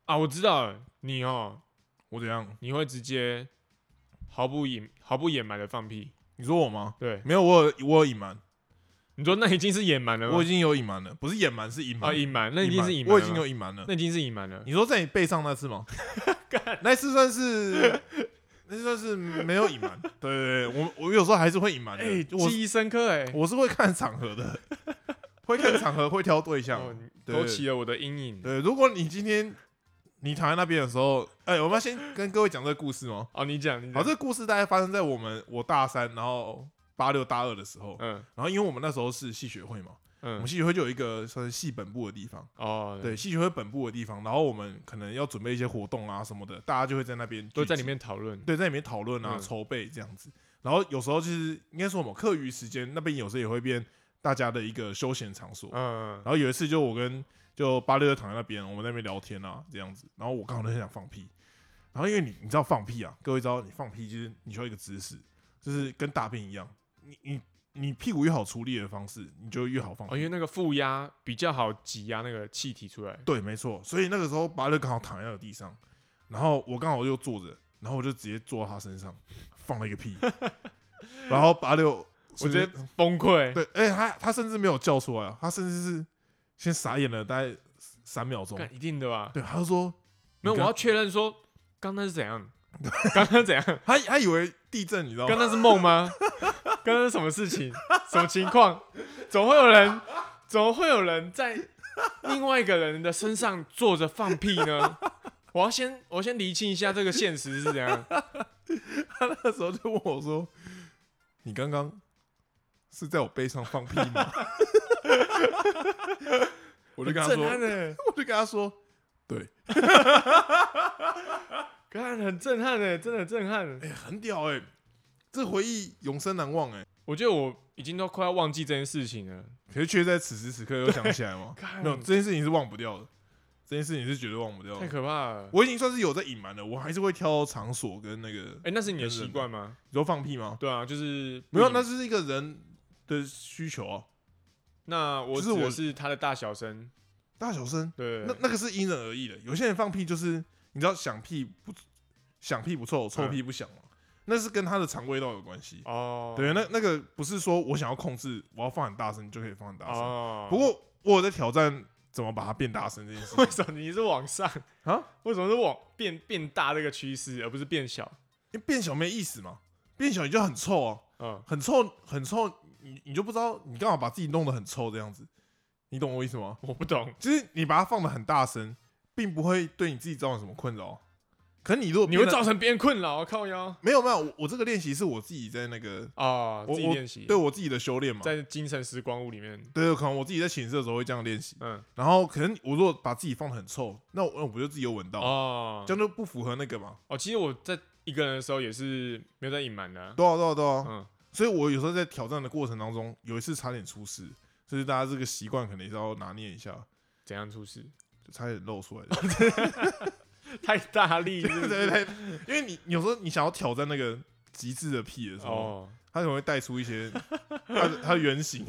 A: 啊？我知道了，你哦，
B: 我怎样？
A: 你会直接毫不隐毫不掩瞒的放屁。
B: 你说我吗？
A: 对，
B: 没有，我有我有隐瞒，
A: 你说那已经是隐瞒了吗
B: 我已？经有隐瞒了，不是隐瞒是隐
A: 啊，
B: 瞒，
A: 隐瞒，那已经是隐瞒了吗，
B: 我已经有隐瞒了。
A: 那已经是隐瞒了。
B: 你说在你背上那
A: *laughs*
B: 次吗？那次算是，那次算是没有隐瞒。对对对，我我有时候还是会隐瞒的。
A: 哎，
B: 我
A: 记忆深刻哎，
B: 我是会看场合的， *laughs* 会看场合，会挑对
A: 哦
B: 象。
A: 你
B: 对
A: 勾起了我的阴影。
B: 对，如果你今天你躺在那边的时候，哎，我们要先跟各位讲这个故事吗？
A: 哦，你讲，你
B: 好，
A: 讲，
B: 这个故事大概发生在我们我大三，然后八六大二的时候。
A: 嗯
B: 然后因为我们那时候是系学会嘛，我
A: 嗯
B: 们，系学会就有一个算是系本部的地方，
A: 哦，
B: 对，系学会本部的地方。然后我们可能要准备一些活动啊什么的，大家就会在那边
A: 都
B: 聚
A: 在里
B: 集，
A: 面讨论。
B: 对，在里面讨论啊、
A: 嗯
B: 筹备这样子。然后有时候就是应该说我们课余时间那边有时候也会变大家的一个休闲场所。
A: 嗯，
B: 然后有一次就我跟就八六就躺在那边，我们在那边聊天啊这样子。然后我刚好就很想放屁，然后因为你你知道放屁啊，各位知道你放屁就是你需要一个姿势，就是跟大便一样，你你你屁股越好出力的方式，你就越好放屁。
A: 哦，因为那个负压比较好挤压那个气体出来。
B: 对，没错。所以那个时候，巴勒刚好躺在那个地上，然后我刚好就坐着，然后我就直接坐到他身上，放了一个
A: *laughs*
B: 屁，然后巴勒，我
A: 我直接崩溃。
B: 对，哎、他他甚至没有叫出来啊，他甚至是先傻眼了大概三秒钟，
A: 干一定的吧？
B: 对，他就说
A: 没有，
B: 你
A: 我
B: 刚
A: 要确认说，刚刚是怎
B: *laughs*
A: 样？刚刚怎样？
B: 他他以为地震，你知道
A: 刚
B: 吗？
A: 刚是梦吗？刚刚是什么事情？什么情况？总会有人，总会有人在另外一个人的身上坐着放屁呢？我要先我要先厘清一下这个现实是怎样。
B: 他那时候就问我说：“你刚刚是在我背上放屁吗？”
A: *laughs*
B: 我就跟他说
A: 很震，撼欸
B: 我就跟他说，对，
A: 看很震撼哎，真的很震撼
B: 哎、。很屌哎、这回忆永生难忘哎、
A: 我觉得我已经都快要忘记这件事情了。
B: 可是却在此时此刻又想起来嘛
A: 干，
B: 没有这件事情是忘不掉的，这件事情是绝对忘不掉
A: 太
B: 的。
A: 可怕了！
B: 我已经算是有在隐瞒了，我还是会挑场所跟那个，
A: 哎、那是你的习惯吗？
B: 你说放屁吗？
A: 对啊，就是
B: 没有，那是一个人的需求啊，
A: 那我
B: 就是
A: 指的
B: 我
A: 是他的大小声，
B: 大小声，
A: 对，
B: 那那个是因人而异的。有些人放屁就是你知道响屁不响屁不臭，臭屁不响嘛，那是跟他的肠胃道有关系。
A: 嗯哦，
B: 对，那那个不是说我想要控制，我要放很大声就可以放很大声。
A: 哦，
B: 不过我有在挑战怎么把它变大声这件事
A: *laughs*
B: 情
A: 为什么你是往上
B: 啊，
A: 为什么是往变变大这个趋势，而不是变小？
B: 因为
A: *laughs*
B: 变小没意思嘛，变小你就很臭啊，
A: 嗯，
B: 很臭很臭，你你就不知道你干嘛把自己弄得很臭这样子，你懂我意思吗？
A: 我不懂，
B: 就是你把它放得很大声，并不会对你自己造成什么困扰。可你如果
A: 你会
B: 变得
A: 造成别人困扰，啊靠腰
B: 没有没有，我我这个练习是我自己在那个
A: 啊，
B: 我
A: 自己练习，
B: 对，我自己的修炼嘛。
A: 在精神时光屋里面，
B: 对，可能我自己在寝室的时候会这样练习，
A: 嗯，
B: 然后可能我如果把自己放得很臭，那我那我不就自己有闻到，
A: 哦
B: 这，样就不符合那个嘛。
A: 哦，其实我在一个人的时候也是没有在隐瞒的啊，
B: 对啊对啊对啊，
A: 嗯，
B: 所以我有时候在挑战的过程当中，有一次差点出事，所以大家这个习惯可能也是要拿捏一下，
A: 怎样出
B: *laughs*
A: 事？
B: 就差点露出来的。
A: 太大力是不
B: *laughs* 对
A: 是，
B: 对对，因为你你有时候你想要挑战那个极致的屁的时候，
A: 哦，
B: 它可能会带出一些它的它的
A: *laughs*
B: 原型。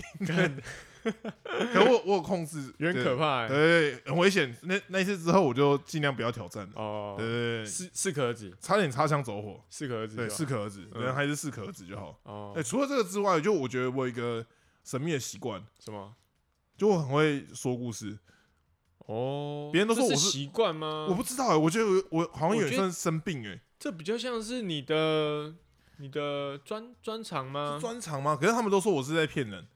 B: 可我我有控制，
A: 有点
B: 对
A: 可怕欸，
B: 对，很危险。那那一次之后，我就尽量不要挑战了。
A: 哦，
B: 对对对，
A: 适适可而止，
B: 差点擦枪走火，
A: 适可而止就好，
B: 对，适可而止，
A: 嗯
B: 人还是适可而止就好。
A: 哦
B: 哎，，除了这个之外，就我觉得我有一个神秘的习惯，
A: 什么？
B: 就我很会说故事。
A: 哦，
B: 别人都说
A: 这
B: 我
A: 是
B: 是
A: 习惯吗？
B: 我不知道哎，我觉得我我好像
A: 嗯
B: 有
A: 我
B: 点
A: 觉得
B: 算生病哎，
A: 这比较像是你的你的专专长吗
B: 是？专长吗？可是他们都说我是在骗人，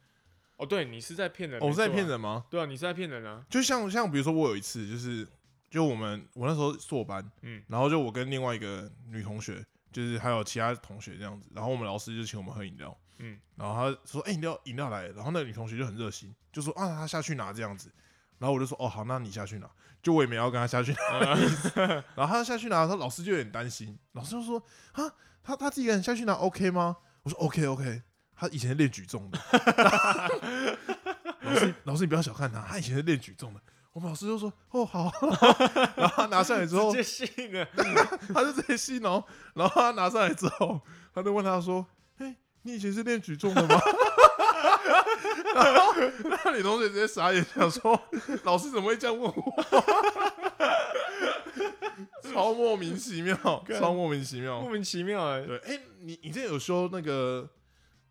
A: 哦，对你是在骗人，
B: 哦我是在
A: 没错啊
B: 骗，人吗？
A: 对啊，你是在骗人啊，
B: 就像像比如说我有一次就是就我们我那时候坐班，
A: 嗯
B: 然后就我跟另外一个女同学，就是还有其他同学这样子，然后我们老师就请我们喝饮料，
A: 嗯，
B: 然后他说哎饮、料饮料来了，然后那个女同学就很热心，就说啊她下去拿这样子，然后我就说哦好那你下去拿，就我也没要跟她下去拿
A: *laughs*
B: 的意思，然后她下去拿，她老师就有点担心，老师就说啊她她自己一个人下去拿 OK 吗？我说 OK OK，她以前是练举重的， *laughs* 老师老师你不要小看她，她以前是练举重的。我们老师就说：“哦，好。”然后她拿上来之后
A: 直，接信了，
B: *laughs* 他就直接吸挠，然后他拿上来之后，他就问他说：“哎、你以前是练举重的吗？” *laughs* 然后那女同学直接傻眼，想说：“老师怎么会这样问我？” *laughs* 超莫名其妙，
A: 干
B: 超莫名其
A: *laughs* 莫
B: 妙。
A: 名其妙哎，
B: 对，哎、你你之前有修那个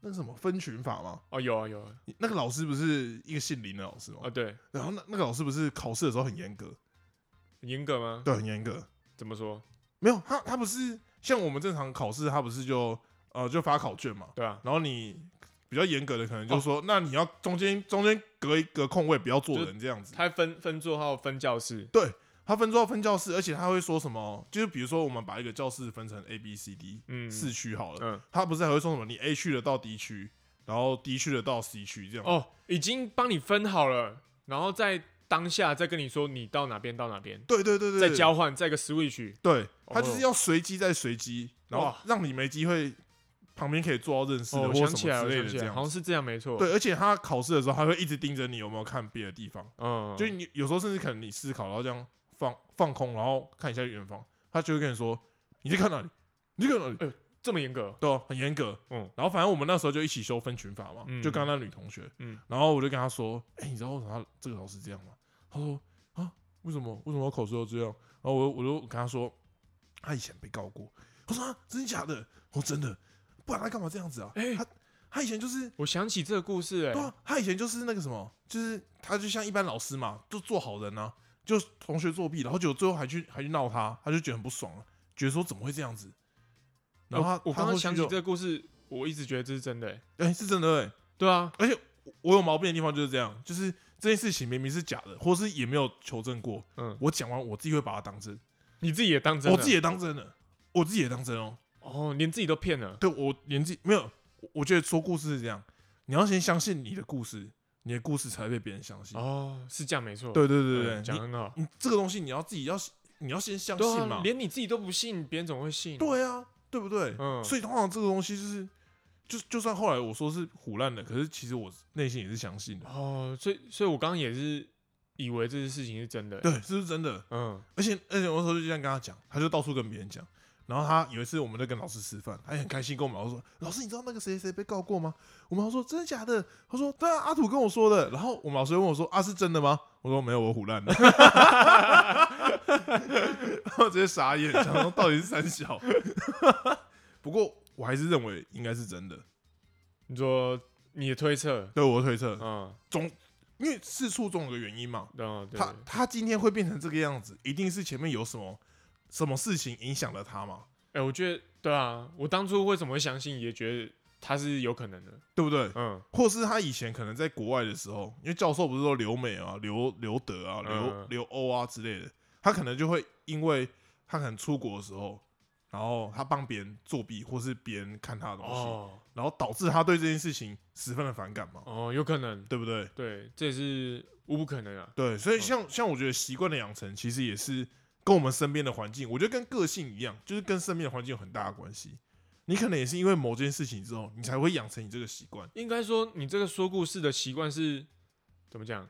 B: 那个什么分群法吗？
A: 哦有啊有啊，
B: 你那个老师不是一个姓林的老师吗？
A: 哦对，
B: 然后那那个老师不是考试的时候很严格，
A: 很严格吗？
B: 对，很严格。
A: 怎么说？
B: 没有，他他不是像我们正常考试，他不是就呃就发考卷嘛，
A: 对啊，
B: 然后你比较严格的可
A: 哦
B: 能就说，那你要中间中间隔一隔空位，不要坐人这样子。
A: 他分分座号分教室，
B: 他分之后分教室，而且他会说什么？就是比如说我们把一个教室分成 A、B、C、D
A: 嗯
B: 四区好了，
A: 嗯
B: 他不是还会说什么？你 A 区的到 D 区，然后 D 区的到 C 区这样。
A: 哦已经帮你分好了，然后在当下再跟你说你到哪边到哪边，
B: 对对对对，
A: 再
B: 对。
A: 交换再一个 switch，
B: 对
A: 哦
B: 他就是要随机再随机，然后
A: 哇
B: 让你没机会，旁边可以做到认识的
A: 哦
B: 或
A: 我
B: 什
A: 想
B: 么
A: 起来
B: 之
A: 了，我
B: 类
A: 想
B: 的
A: 起
B: 这
A: 来了，
B: 样
A: 好。像是这样没错，
B: 对，而且他考试的时候还会一直盯着你有没有看别的地方，
A: 嗯，
B: 就是你有时候甚至可能你思考，然后这样放放空，然后看一下远方，他就会跟你说你在看哪里，你在看哪里，
A: 这么严格，
B: 对、啊，很严格。
A: 嗯，
B: 然后反正我们那时候就一起修分群法嘛，
A: 嗯
B: 就刚刚那女同学，哎
A: 嗯，
B: 然后我就跟她说，哎、你知道为什么她这个老师这样吗？她说啊，为什么为什么我考试要这样？然后我我就跟她说，她以前被告过。我说啊，真的假的？我说真的，不然她干嘛这样子啊？
A: 哎
B: 她她以前就是
A: 我想起这个故事哎、
B: 对啊，他以前就是那个什么，就是他就像一般老师嘛，就做好人啊，就同学作弊，然后结果最后还去还去闹他，他就觉得很不爽了，觉得说怎么会这样子。然后他
A: 我我
B: 他
A: 刚刚
B: 后续
A: 想起
B: 就
A: 这，个故事，我一直觉得这是真的、欸。
B: 哎、是真的、欸，
A: 对啊，
B: 我有毛病的地方就是这样，就是这件事情明明是假的，或是也没有求证过。
A: 嗯，
B: 我讲完我自己会把它当真，
A: 你自己也当真了，
B: 我自己也当真了，我自己也当真哦。
A: 哦，连自己都骗了，
B: 对我年纪没有，我我觉得说故事是这样，你要先相信你的故事，你的故事才会被别人相信。
A: 哦，是这样没错，
B: 对对对
A: 嗯
B: 对，
A: 讲
B: 对
A: 得很好，
B: 你你这个东西你要自己要你要先相信
A: 对啊
B: 嘛，，
A: 连你自己都不信，别人总会信，，
B: 对啊，对不对？
A: 嗯，
B: 所以通常这个东西就是，就就算后来我说是胡乱的，可是其实我内心也是相信的。
A: 哦，所以所以我刚刚也是以为这件事情是真的，，
B: 对，这是真的。
A: 嗯，
B: 而且而且我那时候就这样跟他讲，他就到处跟别人讲。然后他有一次我们在跟老师吃饭，他也很开心跟我们老师说：“老师，你知道那个谁谁谁被告过吗？”我们老师说：“真的假的？”他说：“对啊，阿土跟我说的。”然后我们老师又问我说：“啊，是真的吗？”我说：“没有，我唬烂的。” *laughs* 然后直接傻眼，想说到底是三小。不过我还是认为应该是真的，
A: 你说你的推测，
B: 对我的推测，
A: 嗯，
B: 因为事出总有个原因嘛。
A: 嗯，对，
B: 他他今天会变成这个样子，一定是前面有什么什么事情影响了他嘛。
A: 哎，我觉得对啊，我当初为什么会相信，也觉得他是有可能的，
B: 对不对？
A: 嗯，
B: 或是他以前可能在国外的时候，因为教授不是说留美啊、留留德啊、留
A: 嗯
B: 留欧啊之类的，他可能就会因为他可能出国的时候，然后他帮别人作弊，或是别人看他的东西，
A: 哦，
B: 然后导致他对这件事情十分的反感嘛，
A: 哦，有可能，
B: 对不对？
A: 对，这也是无不可能啊，
B: 对，所以像、像我觉得习惯的养成，其实也是跟我们身边的环境，我觉得跟个性一样，就是跟身边的环境有很大的关系。你可能也是因为某件事情之后，你才会养成你这个习惯。
A: 应该说，你这个说故事的习惯是怎么讲？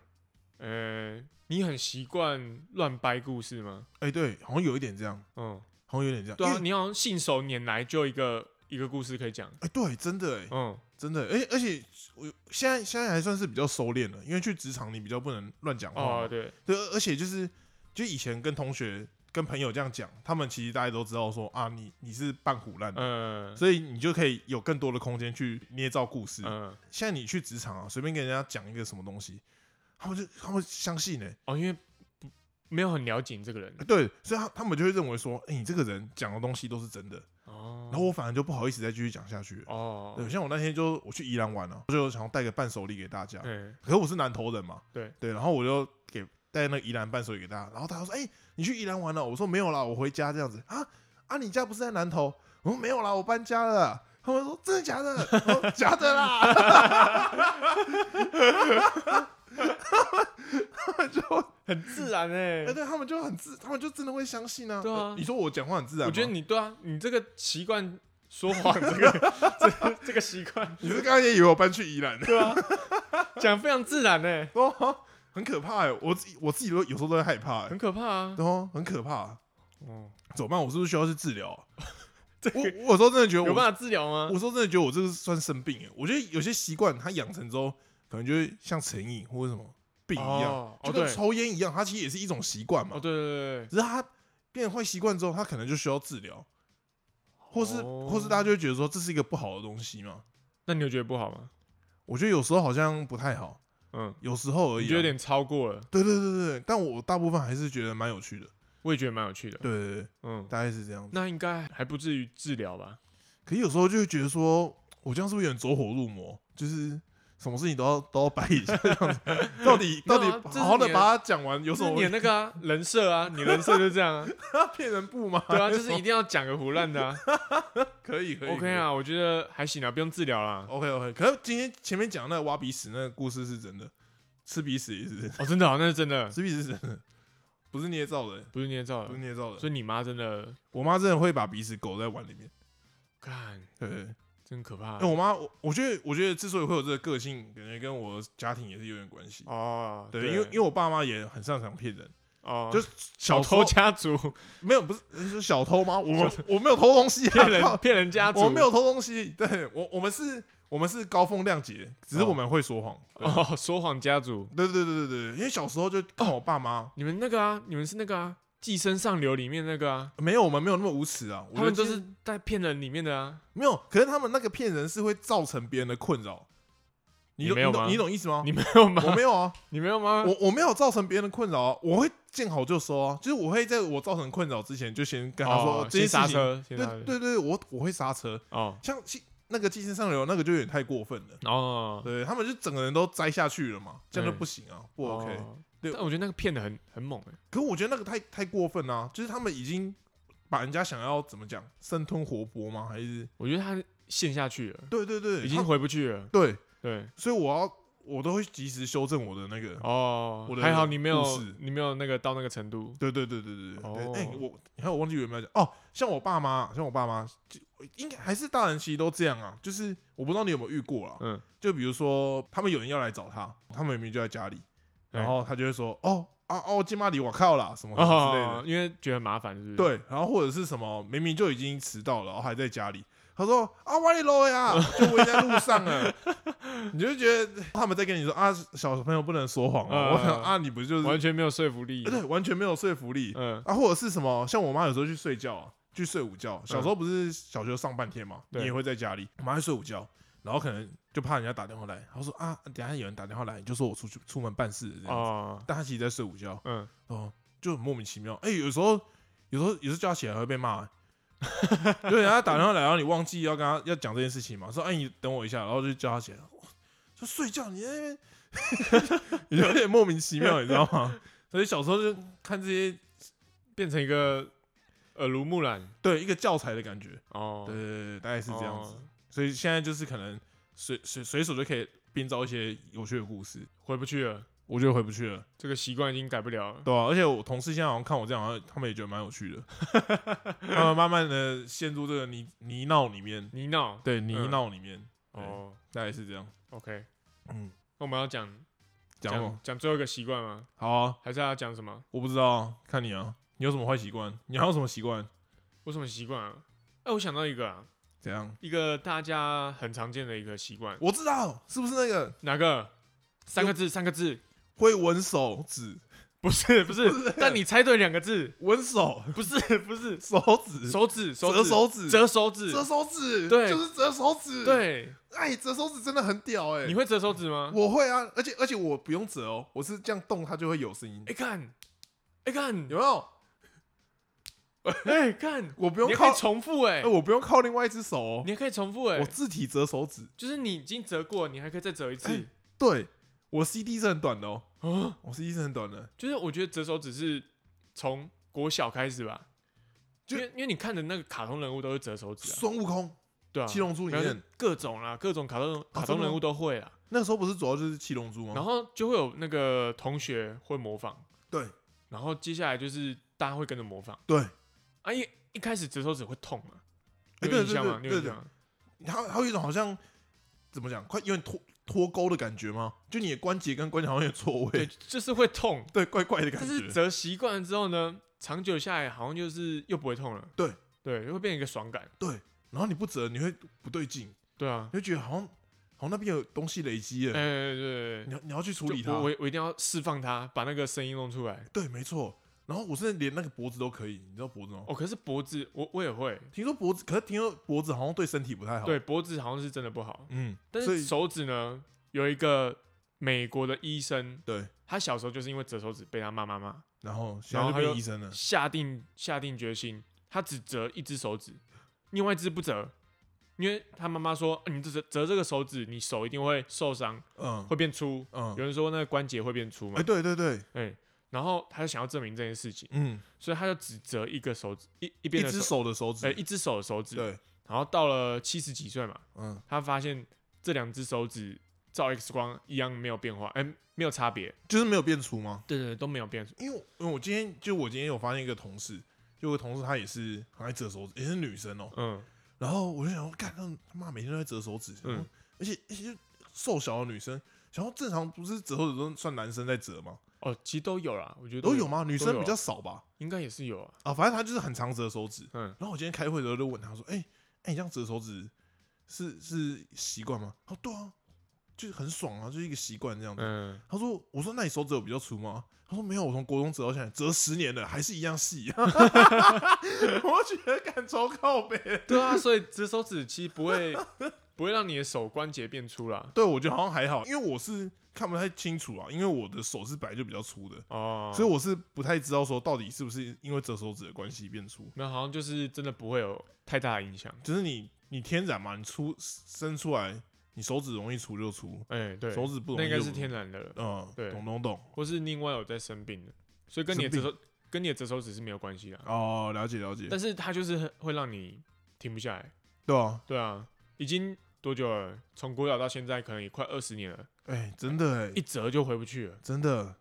A: 呃，你很习惯乱掰故事吗？
B: 哎、对，好像有一点这样，
A: 嗯，
B: 好像有点这样。
A: 对
B: 因
A: 啊，
B: 为
A: 你好像信手拈来就一个一个故事可以讲。
B: 哎、对，真的哎、
A: 嗯，
B: 真的，哎而且而且我现在现在还算是比较收敛了，因为去职场你比较不能乱讲话嘛，
A: 哦，对，
B: 对，而而且就是就以前跟同学跟朋友这样讲，他们其实大家都知道说啊，你你是半虎烂的，
A: 嗯
B: 所以你就可以有更多的空间去捏造故事。
A: 嗯，
B: 现在你去职场啊，随便跟人家讲一个什么东西，他们就他们相信呢、
A: 哦，因为不没有很了解你这个人。
B: 对，所以他他们就会认为说，哎、你这个人讲的东西都是真的，
A: 哦，
B: 然后我反而就不好意思再继续讲下去了。对，
A: 哦，
B: 像我那天就我去宜兰玩了、啊，我就想要带个伴手礼给大家，
A: 对，
B: 可是我是南投人嘛，
A: 对
B: 对，然后我就给带那个宜兰伴手礼给大家，然后大家说：“哎、你去宜兰玩了？”我说：“没有啦，我回家这样子。”啊啊，你家不是在南投？我说：“没有啦，我搬家了啦。”他们说：“真的假的？”我说：“假的啦。”他们就
A: 很自然哎
B: 哎、对他们就很自，他们就真的会相信啊。
A: 对啊
B: 呃你说我讲话很自然吗，
A: 我觉得你对啊，你这个习惯说谎这个 *laughs* 这这个习惯
B: 你是刚刚也以为我搬去宜兰，
A: 讲非常自然哎，
B: 哦，很可怕哎、我自己我自己都有时候都会害怕哎、
A: 很可怕啊。
B: 哦，很可怕、
A: 哦，
B: 怎么办？我是不是需要去治疗啊、 *laughs*
A: 这
B: 我
A: 个
B: 我有时候真的觉得
A: 有
B: 我，
A: 办法治疗吗
B: 我？有时候真的觉得我这个算生病哎。我觉得有些习惯它养成之后，可能就会像成瘾或者什么病一样，
A: 哦
B: 就
A: 哦
B: 跟
A: 对，
B: 抽烟一样，它其实也是一种习惯嘛。
A: 哦，对对对对，
B: 只是它变成坏习惯之后，它可能就需要治疗，或是、
A: 哦
B: 或是大家就会觉得说这是一个不好的东西嘛。
A: 那你有觉得不好吗？
B: 我觉得有时候好像不太好，
A: 嗯，
B: 有时候而
A: 我
B: 已、啊
A: 觉得有。点超过了，
B: 对对对对，但我大部分还是觉得蛮有趣的。
A: 我也觉得蛮有趣的。
B: 对对对，
A: 嗯，
B: 大概是这样子。
A: 那应该还不至于治疗吧？
B: 可是有时候就会觉得说，我这样是不是有点走火入魔？就是什么事情都要都要掰一下这样子，到底
A: *laughs* 没有
B: 到
A: 啊
B: 底
A: 这是
B: 好好的
A: 你的
B: 把它讲完有
A: 就
B: 什
A: 是
B: 么
A: 你的
B: 问题？
A: 那个啊， *laughs* 人设啊，你人设就这 *laughs* 样啊，
B: 骗人
A: *laughs*
B: 不吗？
A: 对啊，就是一定要讲个胡乱的 *laughs* 啊。
B: 可以可以
A: OK 啊，我觉得还行啊，不用治疗啦。
B: ，OK OK。可是今天前面讲的那个挖鼻屎那个故事是真的，吃鼻屎也是真的，
A: 哦，真的啊，那是真的，
B: 吃鼻屎是真的，不是捏造的，
A: 不是捏造
B: 不是
A: 的。
B: 捏造的。
A: 所以你妈真的，
B: 我妈真的会把鼻屎狗在碗里面。
A: 看，
B: 对对，对
A: 真可怕
B: 因哎为。我妈，我我觉得，我觉得之所以会有这个个性，感觉跟我家庭也是有点关系。
A: 哦，
B: 对，因为因为我爸妈也很擅长骗人，
A: 哦，
B: 就是
A: 小
B: 小时
A: 偷
B: 候
A: 家 *laughs* 族
B: 没有，不是你是小偷吗？我们我没有偷东西、啊，
A: 骗
B: 靠
A: 人骗人家族，
B: 我们没有偷东西。对我，我们是，我们是高风亮节，只是
A: 哦
B: 我们会说谎。
A: 哦，说谎家族。
B: 对对对对对，因为小时候就看我爸妈，
A: 你们那个啊，你们是那个啊，《寄生上流》里面那个啊，
B: 没有，我们没有那么无耻啊。我
A: 他
B: 觉得
A: 们都
B: 其实
A: 是在骗人里面的啊。
B: 没有，可是他们那个骗人是会造成别人的困扰。你
A: 你
B: 懂
A: 没有
B: 懂
A: 吗
B: 你懂意思吗？
A: 你没有吗？ *laughs*
B: 我没有啊，
A: 你没有吗？
B: 哦我我没有造成别人的困扰啊，我会见好就收啊，就是我会在我造成困扰之前就先跟他说
A: 哦
B: 这
A: 先
B: 件
A: 刹
B: 事情。
A: 车，先
B: 对
A: 刹
B: 对
A: 车
B: 对，对我我会刹车。
A: 哦，
B: 像其那个寄生上流那个就有点太过分了。
A: 哦，
B: 对他们就整个人都栽下去了嘛，这样就
A: 嗯
B: 不行啊，不 OK。
A: 哦
B: 对
A: 但我觉得那个骗的很很猛哎、
B: 可我觉得那个太太过分啦、就是他们已经把人家想要怎么讲生吞活剥吗？还是
A: 我觉得他陷下去了，
B: 对对对，
A: 已经
B: 他
A: 回不去了。
B: 对， *laughs*
A: 对，
B: 所以我要我都会及时修正我的那个。
A: 哦
B: 我，的
A: 还好你没有
B: 故事
A: 你没有那个到那个程度。
B: 对对对对对对，
A: 哦
B: 哎、我你看我忘记有没有讲哦，像我爸妈，像我爸妈，就应该还是大人其实都这样啊，就是我不知道你有没有遇过啊，
A: 嗯，
B: 就比如说他们有人要来找他，他们明明就在家里，
A: 哎
B: 然后他就会说哦啊哦，金马里我靠啦什么什么之类的，
A: 哦，因为觉得很麻烦，是不是？，
B: 对，然后或者是什么，明明就已经迟到了，然后还在家里。他说：“啊，瓦里罗呀，就围在路上
A: *laughs*
B: 了。”你就觉得他们在跟你说啊，小朋友不能说谎啊。
A: 呃
B: 我想 *laughs* 啊，你不就是
A: 完全没有说服力。
B: 对，完全没有说服力
A: 嗯，
B: *laughs* 啊？或者是什么？像我妈有时候去睡觉啊，去睡午觉。小时候不是小学上半天嘛，你
A: 对
B: 也会在家里，我妈去睡午觉，然后可能就怕人家打电话来，她说啊，等一下有人打电话来，你就说我出去出门办事这样子。
A: 哦，
B: 但她其实在睡午觉，
A: 嗯，
B: 哦，就很莫名其妙。哎、有时候有时候有时候叫他起来还会被骂、
A: *laughs*
B: 欸，就人家打电话来，然后你忘记要跟他要讲这件事情嘛，说哎、你等我一下，然后就叫他起来，哇就睡觉，你在那边 *laughs* 你就有点莫名其妙，你知道吗？ *laughs* 所以小时候就看这些
A: 变成一个耳濡目染。
B: 对一个教材的感觉，
A: 哦，
B: 对对对对，大概是这样子。
A: 哦
B: 所以现在就是可能随随随手就可以编造一些有趣的故事，
A: 回不去了，
B: 我觉得回不去了。
A: 这个习惯已经改不了了。
B: 对啊，而且我同事现在好像看我这样，好像他们也觉得蛮有趣
A: *laughs*
B: 的，他们慢慢的陷入这个泥泥淖里面，
A: 你闹
B: 对泥
A: 嗯
B: 淖里面，对
A: 哦
B: 大概是这样。
A: ，OK，
B: 嗯，
A: 那我们要讲
B: 讲什么？
A: 讲最后一个习惯吗？
B: 好啊，
A: 还是要讲什么？
B: 我不知道啊，看你啊，你有什么坏习惯？你还有什么习惯？
A: 我什么习惯啊？哎、我想到一个、啊，
B: 怎样？
A: 一个大家很常见的一个习惯，
B: 我知道，是不是那个
A: 哪个？三个字，三个字，
B: 会闻手指？
A: 不
B: *laughs*
A: 是不是，但你猜对两个字，
B: 闻手 *laughs*
A: 不是 *laughs* 不是，
B: 手指，
A: 手指手
B: 折
A: 指
B: 手指，
A: 折手指，
B: 折手指，
A: 对
B: 就是折手指。，
A: 对，
B: 哎，折手指真的很屌哎、
A: 你会折手指吗？
B: 我会啊，而且而且我不用折哦，我是这样动它就会有声音，
A: 哎看，哎看，
B: 有没有？
A: 哎看，
B: 我不
A: 你还
B: 用靠
A: 可以，重复哎
B: 哎、，我不用靠另外一只手、哦
A: 你，还可以重复哎
B: 我，自体折手指。
A: 就是你已经折过，你还可以再折一次
B: 哎对，我 CD 是很短的哦，
A: 啊。
B: 我 CD 是很短的。
A: 就是我觉得折手指是从国小开始吧，
B: 就
A: 因为因为你看的那个卡通人物都是折手指啊，
B: 孙悟空，
A: 对啊，
B: 七龙珠里
A: 没有
B: 面哦
A: 各种啦，各种卡通卡
B: 真
A: 通人
B: 的吗哦
A: 物都会啦，
B: 那时候不是主要就是七龙珠
A: 然
B: 吗？
A: 后就会有那个同学会模仿，
B: 对
A: 然后接下来就是大家会跟着模仿
B: 对，
A: 啊，一一开始折手指会痛啊，你
B: 哎
A: 有
B: 对
A: 印象吗？你有
B: 对对
A: 印
B: 对
A: 象吗？
B: 它它有一种好像怎么讲，快有点脱脱钩的感觉吗？就你的关节跟关节好像有点错
A: 对
B: 位，，
A: 就是会痛，
B: 对，怪怪的感
A: 但
B: 觉
A: 是。折习惯了之后呢，长久下来好像就是又不会痛了，
B: 对
A: 对，会变成一个爽感，
B: 然后你不折，你会不对劲，
A: 对啊，
B: 你会觉得好像好像那边有东西累积了，
A: 哎对对
B: 你
A: 对
B: 要你要去处
A: 就
B: 理它
A: 我。我我一定要释放它，把那个声音弄出来。
B: 对，没错。然后我甚至连那个脖子都可以，你知道脖子吗？
A: 哦，可是脖子我我也会，
B: 听说脖子，可是听说脖子好像对身体不太好。
A: 对，脖子好像是真的不好，
B: 嗯，
A: 但
B: 所
A: 是
B: 以
A: 手指呢，有一个美国的医生，
B: 对，
A: 他小时候就是因为折手指被他妈妈骂，
B: 然后现
A: 然后
B: 在就
A: 他
B: 变
A: 就
B: 医生了，
A: 下定下定决心，他只折一只手指，另外一只不折，因为他妈妈说、啊你这折折这个手指，你手一定会受伤，
B: 嗯
A: 会变粗。
B: 嗯，
A: 有人说那个关节会变粗嘛
B: 哎，，对对对，
A: 哎、然后他就想要证明这件事情，
B: 嗯，
A: 所以他就只折一个手指，一一
B: 一
A: 边的
B: 只，手的手
A: 哎、
B: 指，
A: 一只手的手指。
B: 对，
A: 然后到了七十几岁嘛，
B: 嗯
A: 他发现这两只手指照 X 光一样没有变化，哎、没有差别，
B: 就是没有变粗吗？
A: 对对对，都没有变。
B: 因为我因为我今天就我今天有发现一个同事，就有个同事她也是很爱折手指，也是女生哦。
A: 嗯，
B: 然后我就想说，干，那他妈每天都在折手指，
A: 嗯
B: 嗯，而且而且就瘦小的女生，想要正常不是折手指都算男生在折吗？
A: 哦，其实都有啦，我觉得
B: 都有吗？女
A: 都
B: 生
A: 有
B: 比较少吧？
A: 应该也是有啊。
B: 啊，反正她就是很常折手指。
A: 嗯，
B: 然后我今天开会的时候就问他说：“哎、哎、你这样折手指是是习惯吗？”他说：“对啊，就是很爽啊，就是一个习惯这样子。
A: 嗯，
B: 他说：“我说那你手指有比较粗吗？”他说：“没有，我从国中折到现在，折十年了，还是一样细。”我觉得敢超靠背。
A: 对啊，所以折手指其实不会不会让你的手关节变粗啦。
B: 对，我觉得好像还好，因为我是看不太清楚啊，因为我的手是本来就比较粗的，
A: 哦，
B: 所以我是不太知道说到底是不是因为折手指的关系变粗。
A: 那好像就是真的不会有太大的影响。
B: 就是你你天然嘛，你出生出来，你手指容易粗就粗，
A: 哎，对，
B: 手指不容易
A: 那应该
B: 就是不
A: 天然的了，
B: 嗯，
A: 对
B: 懂懂懂。
A: 或是另外有在生病的，所以跟你的
B: 生
A: 折手跟你的折手指是没有关系的啊，
B: 哦，了解了解，
A: 但是它就是很会让你停不下来。
B: 对啊，
A: 对啊，已经多久了？从国小到现在可能也快二十年了，
B: 哎，真的哎
A: 一，折就回不去了，
B: 真的，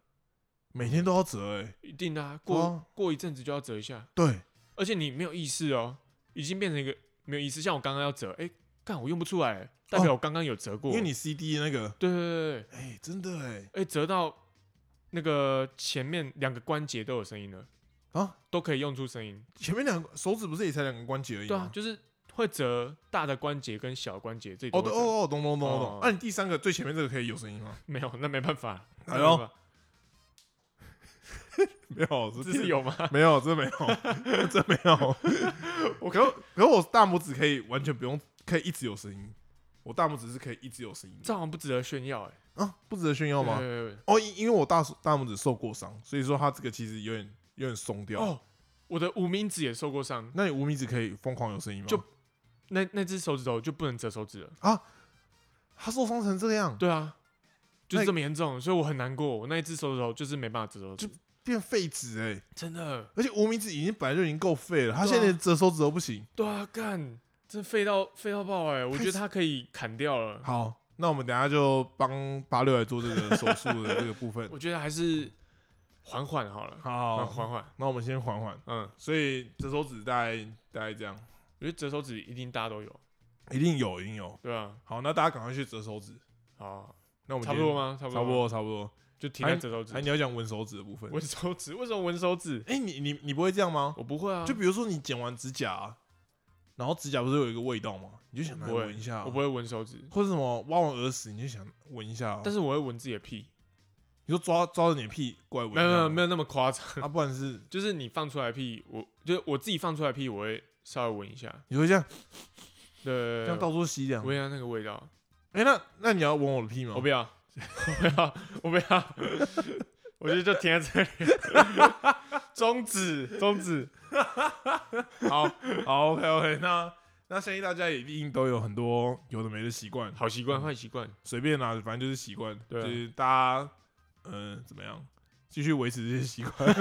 B: 每天都要折哎，
A: 一定的、啊。过、
B: 哦
A: 过一阵子就要折一下，
B: 对，
A: 而且你没有意识哦，已经变成一个没有意识。像我刚刚要折，哎、干我用不出来，代表我刚刚有折过。
B: 哦因为你 CD 那个，
A: 对对对对，
B: 哎，真的哎，
A: 哎、折到那个前面两个关节都有声音了，
B: 啊，
A: 都可以用出声音。
B: 前面两个手指不是也才两个关节而已
A: 对啊
B: 吗，？
A: 就是会折大的关节跟小关节这里都
B: 哦
A: 会
B: 对
A: 折。
B: 哦哦，懂懂懂懂
A: 哦
B: 懂。那你第三个最前面这个可以有声音吗？
A: 没有， *laughs* 那没办法。
B: 哎呦
A: 那没办法，
B: *laughs* 没有，
A: 这是有啊吗？
B: 没有，真没有，真没
A: *laughs*
B: 有。我可可是我大拇指可以完全不用，可以一直有声音。我大拇指是可以一直有声音的
A: 这好像不值得炫耀哎、
B: 啊，不值得炫耀
A: 对
B: 吗？
A: 对对对
B: 哦，因因为我大手大拇指受过伤，所以说它这个其实有点有点松掉。
A: 哦，我的无名指也受过伤，
B: 那你无名指可以疯狂有声音吗？
A: 就那那只手指头就不能折手指了。
B: 它受伤成这样，
A: 对啊，就是
B: 那
A: 这么严重，所以我很难过。我那一只手指头就是没办法折手指，
B: 变废纸哎！
A: 真的，
B: 而且无名指已经本来就已经够废了，它
A: 对啊
B: 现在连折手指都不行。
A: 对啊，干，真废到废到爆哎、我觉得它可以砍掉了。。
B: 好，那我们等一下就帮八六来做这个手术的这个部分
A: 我觉得还是缓缓 *laughs* 好了，嗯
B: 好，
A: 缓缓。
B: 那我们先缓缓。
A: 嗯，
B: 所以折手指大概大概这样。
A: 我觉得折手指一定大家都有，
B: 一定有，一定有。
A: 对啊，
B: 好，那大家赶快去折手指。
A: 好，
B: 那我们
A: 差
B: 今
A: 不多？
B: 天
A: 吗？差不
B: 差
A: 多，
B: 不，多，差不多。
A: 就停在折手指 *laughs*
B: 哎，。你要讲纹手指的部分。
A: 纹手指，为什么纹手指？
B: 哎、你你你不会这样吗？
A: 我不会啊，
B: 就比如说你剪完指甲、啊然后指甲不是有一个味道吗？你就想来
A: 我不会
B: 闻一下、啊
A: 我不会纹手指，
B: 或者什么挖完耳屎，你就想闻一下、
A: 但是
B: 是
A: 我会闻自己的屁。
B: 你就抓抓着你的屁过来闻一
A: 没
B: 下。
A: 有没有没
B: 有。
A: 有那么夸张， *laughs*
B: 啊，不然是
A: 就是你放出来的屁，我就是我自己放出来的屁，我会稍微闻一下，
B: 你会这样这
A: 对，
B: 样到处吸这样。
A: 闻一下那个味道。
B: 哎、那那你要闻我的屁吗？
A: 我不要， *laughs* 我不要，我不要， *laughs* 我觉得就停在这
B: *laughs*
A: 里。终止，终止。
B: 好好 OK OK。那那相信大家也一定都有很多有的没的习惯。
A: 好习惯，坏习惯，
B: 随便啦、反正就是习惯，
A: 对啊
B: 就是大家，嗯、怎么样，继续维持这些
A: *laughs*
B: 习惯，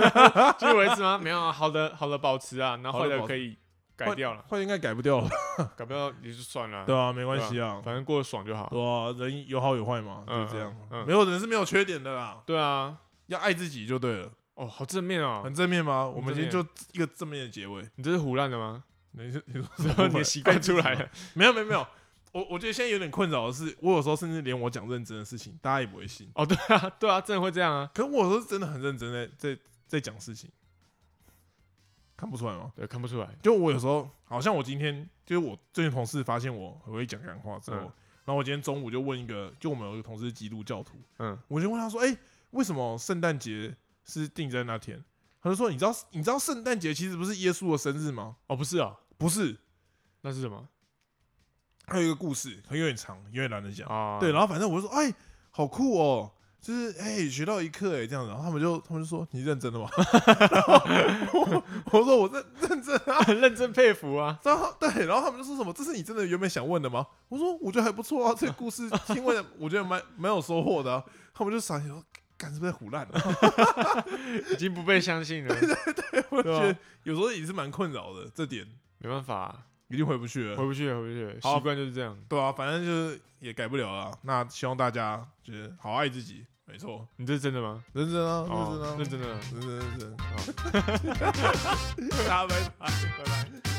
A: 就为止吗？没 *laughs* 有啊，好的，好的，保持啊，然后
B: 好
A: 坏
B: 的
A: 的
B: 保持
A: 可以改掉了，
B: 坏应该改不掉
A: 啊
B: 了，
A: 改不掉也就算了，
B: 对啊，没关系啊，
A: 反正过得爽就好。
B: 对啊，人有好有坏嘛，
A: 嗯
B: 就这样，啊
A: 嗯嗯
B: 没有人是没有缺点的啦，
A: 对啊，
B: 要爱自己就对了，
A: 哦，好正面哦，
B: 很正面吗？我
A: 很正
B: 们今
A: 面
B: 天就一个正面的结尾，
A: 你这是胡乱的 *laughs* 吗？
B: 你是 *laughs* 你说
A: 然后你的习惯出来 *laughs* 了，
B: *laughs* 没有没有没有，我我觉得现在有点困扰的是，我有时候甚至连我讲认真的事情，大家也不会信，
A: 哦，对啊， *laughs* 对啊，真的会这样啊，
B: 可我有时候真的很认真在在在讲事情，看不出来吗？
A: 对，看不出来，
B: 就我有时候，好像我今天就是我最近同事发现我很会讲干话之后，
A: 嗯
B: 然后我今天中午就问一个，就我们有一个同事是基督教徒，
A: 嗯，
B: 我就问他说：“哎、为什么圣诞节是定在那天？”他就说：“你知道，你知道圣诞节其实不是耶稣的生日吗？
A: 哦，不是哦，
B: 不是，
A: 那是什么
B: 还有一个故事，很有点长，有点懒得讲。
A: 啊？
B: 对，然后反正我就说：‘哎、好酷哦！’就是哎、学到一课哎、这样子。然后他们就他们就说：‘你认真的吗？’ *laughs* 然后我 *laughs* 我说：‘我认认真啊。’
A: *laughs* 很认真佩服啊，
B: 然后对，然后他们就说什么：“这是你真的原本想问的吗？”我说：“我觉得还不错啊，这个故 *laughs* 事听完我觉得蛮蛮有收获的啊、他们就傻眼说：“干是不是在胡乱啊的、
A: 已经不被相信了，
B: *laughs*
A: *laughs*
B: 我
A: 对
B: 觉
A: 啊
B: 得有时候也是蛮困扰的，这点
A: 没办法啊，
B: 一定回不去了。
A: 回不去了，回不去了，
B: 好
A: 习惯就是这样。
B: 对啊，反正就是也改不了啊。那希望大家就是好爱自己，没错，
A: 你这是真的吗？
B: 认真啊，
A: 哦
B: 认真啊， *laughs*
A: 认真的。
B: 认真认真，
A: 好
B: 大家拜拜，拜拜。